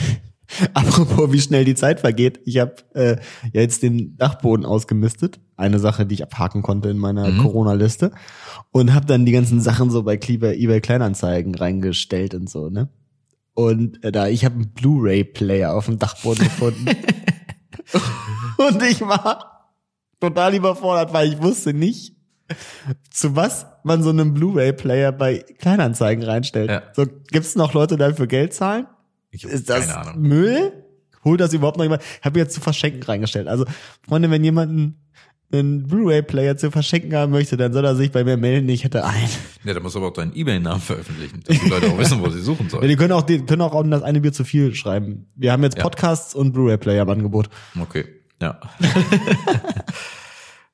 [SPEAKER 1] Apropos, wie schnell die Zeit vergeht. Ich habe äh, ja jetzt den Dachboden ausgemistet. Eine Sache, die ich abhaken konnte in meiner Corona-Liste. Und habe dann die ganzen Sachen so bei Kleber, eBay Kleinanzeigen reingestellt und so, ne? Und äh, da, ich habe einen Blu-ray-Player auf dem Dachboden gefunden. und ich war total überfordert, weil ich wusste nicht, zu was man so einen Blu-ray-Player bei Kleinanzeigen reinstellt.
[SPEAKER 2] Ja.
[SPEAKER 1] So, gibt's noch Leute, die dafür Geld zahlen?
[SPEAKER 2] Ich hab
[SPEAKER 1] Ist das
[SPEAKER 2] keine Ahnung.
[SPEAKER 1] Müll? Holt das überhaupt noch jemand? Habe jetzt zu verschenken reingestellt. Also, Freunde, wenn jemand einen Blu-ray-Player zu verschenken haben möchte, dann soll er sich bei mir melden. Ich hätte einen.
[SPEAKER 2] Ja, da musst du aber auch deinen E-Mail-Namen veröffentlichen, dass die Leute auch wissen, wo sie suchen
[SPEAKER 1] Ja,
[SPEAKER 2] sollen.
[SPEAKER 1] die können auch, die können auch um das eine Bier zu viel schreiben. Wir haben jetzt
[SPEAKER 2] Ja.
[SPEAKER 1] Podcasts und Blu-ray-Player im Angebot.
[SPEAKER 2] Okay, ja.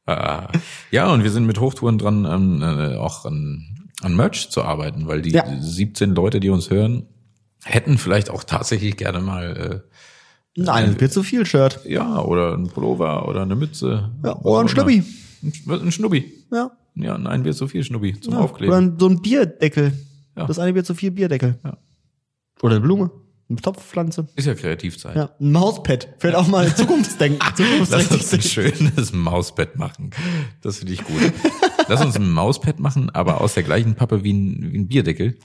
[SPEAKER 2] Ah. ja, und wir sind mit Hochtouren dran, ähm, äh, auch an, an Merch zu arbeiten, weil die
[SPEAKER 1] Ja.
[SPEAKER 2] 17 Leute, die uns hören, hätten vielleicht auch tatsächlich gerne mal,
[SPEAKER 1] Nein, ein Bier zu viel Shirt.
[SPEAKER 2] äh, ja, oder ein Pullover oder eine Mütze.
[SPEAKER 1] Ja, oder ein Schnubbi.
[SPEAKER 2] Ein, Sch- ein Schnubbi.
[SPEAKER 1] Ja.
[SPEAKER 2] Ja, nein, wir so viel Schnubbi zum
[SPEAKER 1] ja. Oder
[SPEAKER 2] Aufkleben.
[SPEAKER 1] ein- so ein Bierdeckel.
[SPEAKER 2] Ja.
[SPEAKER 1] Das eine Bier zu viel Bierdeckel.
[SPEAKER 2] Ja.
[SPEAKER 1] Oder eine Blume. Eine Topfpflanze.
[SPEAKER 2] Ist ja Kreativzeit.
[SPEAKER 1] Ja. Ein Mauspad. Fällt auch mal Zukunftsdenken.
[SPEAKER 2] Lass uns ein
[SPEAKER 1] Zukunftsträchtig.
[SPEAKER 2] schönes Mauspad machen. Das finde ich gut. Lass uns ein Mauspad machen, aber aus der gleichen Pappe wie ein, wie ein Bierdeckel,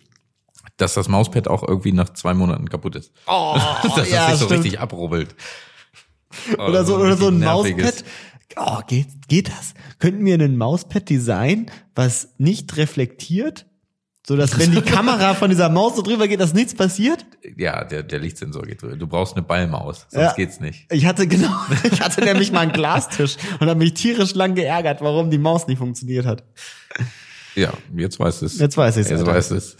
[SPEAKER 2] dass das Mauspad auch irgendwie nach zwei Monaten kaputt ist.
[SPEAKER 1] Oh,
[SPEAKER 2] dass das
[SPEAKER 1] ja,
[SPEAKER 2] sich so
[SPEAKER 1] stimmt.
[SPEAKER 2] richtig abrubbelt. Oh,
[SPEAKER 1] Oder
[SPEAKER 2] das
[SPEAKER 1] so,
[SPEAKER 2] ist
[SPEAKER 1] oder so ein
[SPEAKER 2] richtig nerviges.
[SPEAKER 1] Mauspad. Oh, geht, geht das? Könnten wir ein Mauspad designen, was nicht reflektiert? So dass wenn die Kamera von dieser Maus so drüber geht, dass nichts passiert?
[SPEAKER 2] Ja, der, der Lichtsensor geht drüber. Du brauchst eine Ballmaus, sonst
[SPEAKER 1] Ja.
[SPEAKER 2] geht's nicht.
[SPEAKER 1] Ich hatte genau, ich hatte nämlich mal einen Glastisch und habe mich tierisch lang geärgert, warum die Maus nicht funktioniert hat.
[SPEAKER 2] Ja, jetzt weiß es.
[SPEAKER 1] Jetzt weiß ich's,
[SPEAKER 2] Jetzt
[SPEAKER 1] Alter.
[SPEAKER 2] weiß es.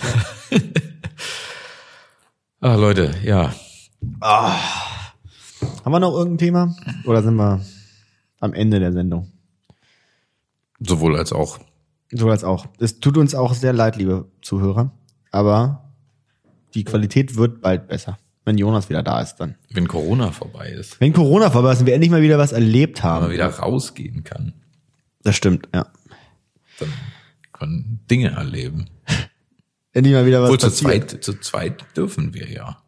[SPEAKER 2] Ah, Leute, ja.
[SPEAKER 1] Haben wir noch irgendein Thema? Oder sind wir am Ende der Sendung?
[SPEAKER 2] Sowohl als auch.
[SPEAKER 1] So als auch. Es tut uns auch sehr leid, liebe Zuhörer. Aber die Qualität wird bald besser. Wenn Jonas wieder da ist, dann.
[SPEAKER 2] Wenn Corona vorbei ist,
[SPEAKER 1] Wenn Corona vorbei ist und wir endlich mal wieder was erlebt
[SPEAKER 2] wenn
[SPEAKER 1] haben.
[SPEAKER 2] man wieder rausgehen kann,
[SPEAKER 1] Das stimmt, ja.
[SPEAKER 2] dann können Dinge erleben.
[SPEAKER 1] Endlich mal wieder was
[SPEAKER 2] Obwohl zu
[SPEAKER 1] passiert.
[SPEAKER 2] zweit, zu zweit dürfen wir ja.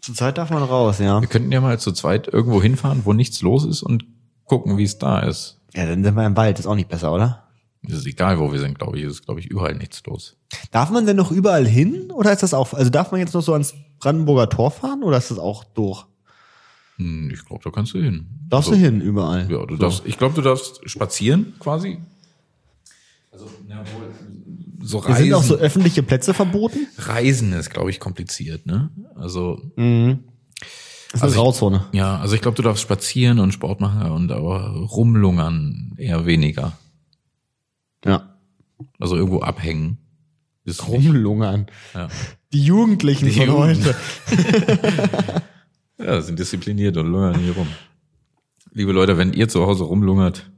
[SPEAKER 1] Zur Zeit darf man raus, ja.
[SPEAKER 2] Wir könnten ja mal zu zweit irgendwo hinfahren, wo nichts los ist und gucken, wie es da ist.
[SPEAKER 1] Ja, dann sind wir im Wald, ist auch nicht besser, oder?
[SPEAKER 2] Es ist egal, wo wir sind, glaube ich. Es ist, glaube ich, überall nichts los.
[SPEAKER 1] Darf man denn noch überall hin? Oder ist das auch, also darf man jetzt noch so ans Brandenburger Tor fahren oder ist das auch durch?
[SPEAKER 2] Hm, Ich glaube, da kannst du hin.
[SPEAKER 1] Darfst du
[SPEAKER 2] Also,
[SPEAKER 1] hin, überall?
[SPEAKER 2] Ja, du darfst, ich glaube, du darfst spazieren quasi. Also, na wohl, so
[SPEAKER 1] Wir
[SPEAKER 2] reisen.
[SPEAKER 1] sind auch so öffentliche Plätze verboten?
[SPEAKER 2] reisen ist, glaube ich, kompliziert, ne? Also,
[SPEAKER 1] Mhm. Das ist eine
[SPEAKER 2] Also ich-
[SPEAKER 1] Grauzone.
[SPEAKER 2] ja, also ich glaube, du darfst spazieren und Sport machen und aber rumlungern eher weniger.
[SPEAKER 1] Ja.
[SPEAKER 2] Also irgendwo abhängen. Ist nicht-
[SPEAKER 1] Rumlungern.
[SPEAKER 2] Ja.
[SPEAKER 1] Die Jugendlichen
[SPEAKER 2] Die
[SPEAKER 1] von
[SPEAKER 2] Jugend.
[SPEAKER 1] heute.
[SPEAKER 2] Ja, sind diszipliniert und lungern hier rum. Liebe Leute, wenn ihr zu Hause rumlungert,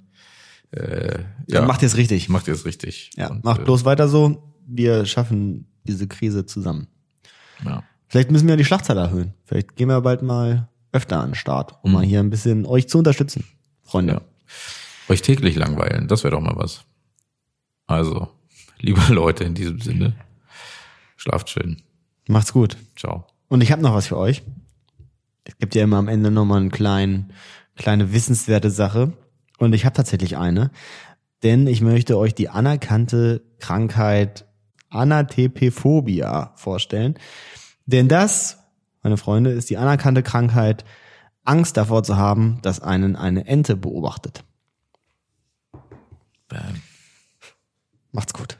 [SPEAKER 2] äh, ja,
[SPEAKER 1] Dann macht ihr es richtig.
[SPEAKER 2] macht ihr es richtig.
[SPEAKER 1] Ja,
[SPEAKER 2] Und,
[SPEAKER 1] macht
[SPEAKER 2] äh,
[SPEAKER 1] bloß weiter so. Wir schaffen diese Krise zusammen.
[SPEAKER 2] Ja.
[SPEAKER 1] Vielleicht müssen wir die Schlachtzahl erhöhen. Vielleicht gehen wir bald mal öfter an den Start, um mal hier ein bisschen euch zu unterstützen, Freunde.
[SPEAKER 2] ja. Euch täglich langweilen, das wäre doch mal was. Also, liebe Leute, in diesem Sinne, schlaft schön.
[SPEAKER 1] Macht's gut.
[SPEAKER 2] Ciao.
[SPEAKER 1] Und ich habe noch was für euch. Es gibt ja immer am Ende nochmal einen kleinen, kleine wissenswerte Sache. Und ich habe tatsächlich eine. Denn ich möchte euch die anerkannte Krankheit Anatepephobia vorstellen. Denn das, meine Freunde, ist die anerkannte Krankheit, Angst davor zu haben, dass einen eine Ente beobachtet.
[SPEAKER 2] Bam.
[SPEAKER 1] Macht's gut.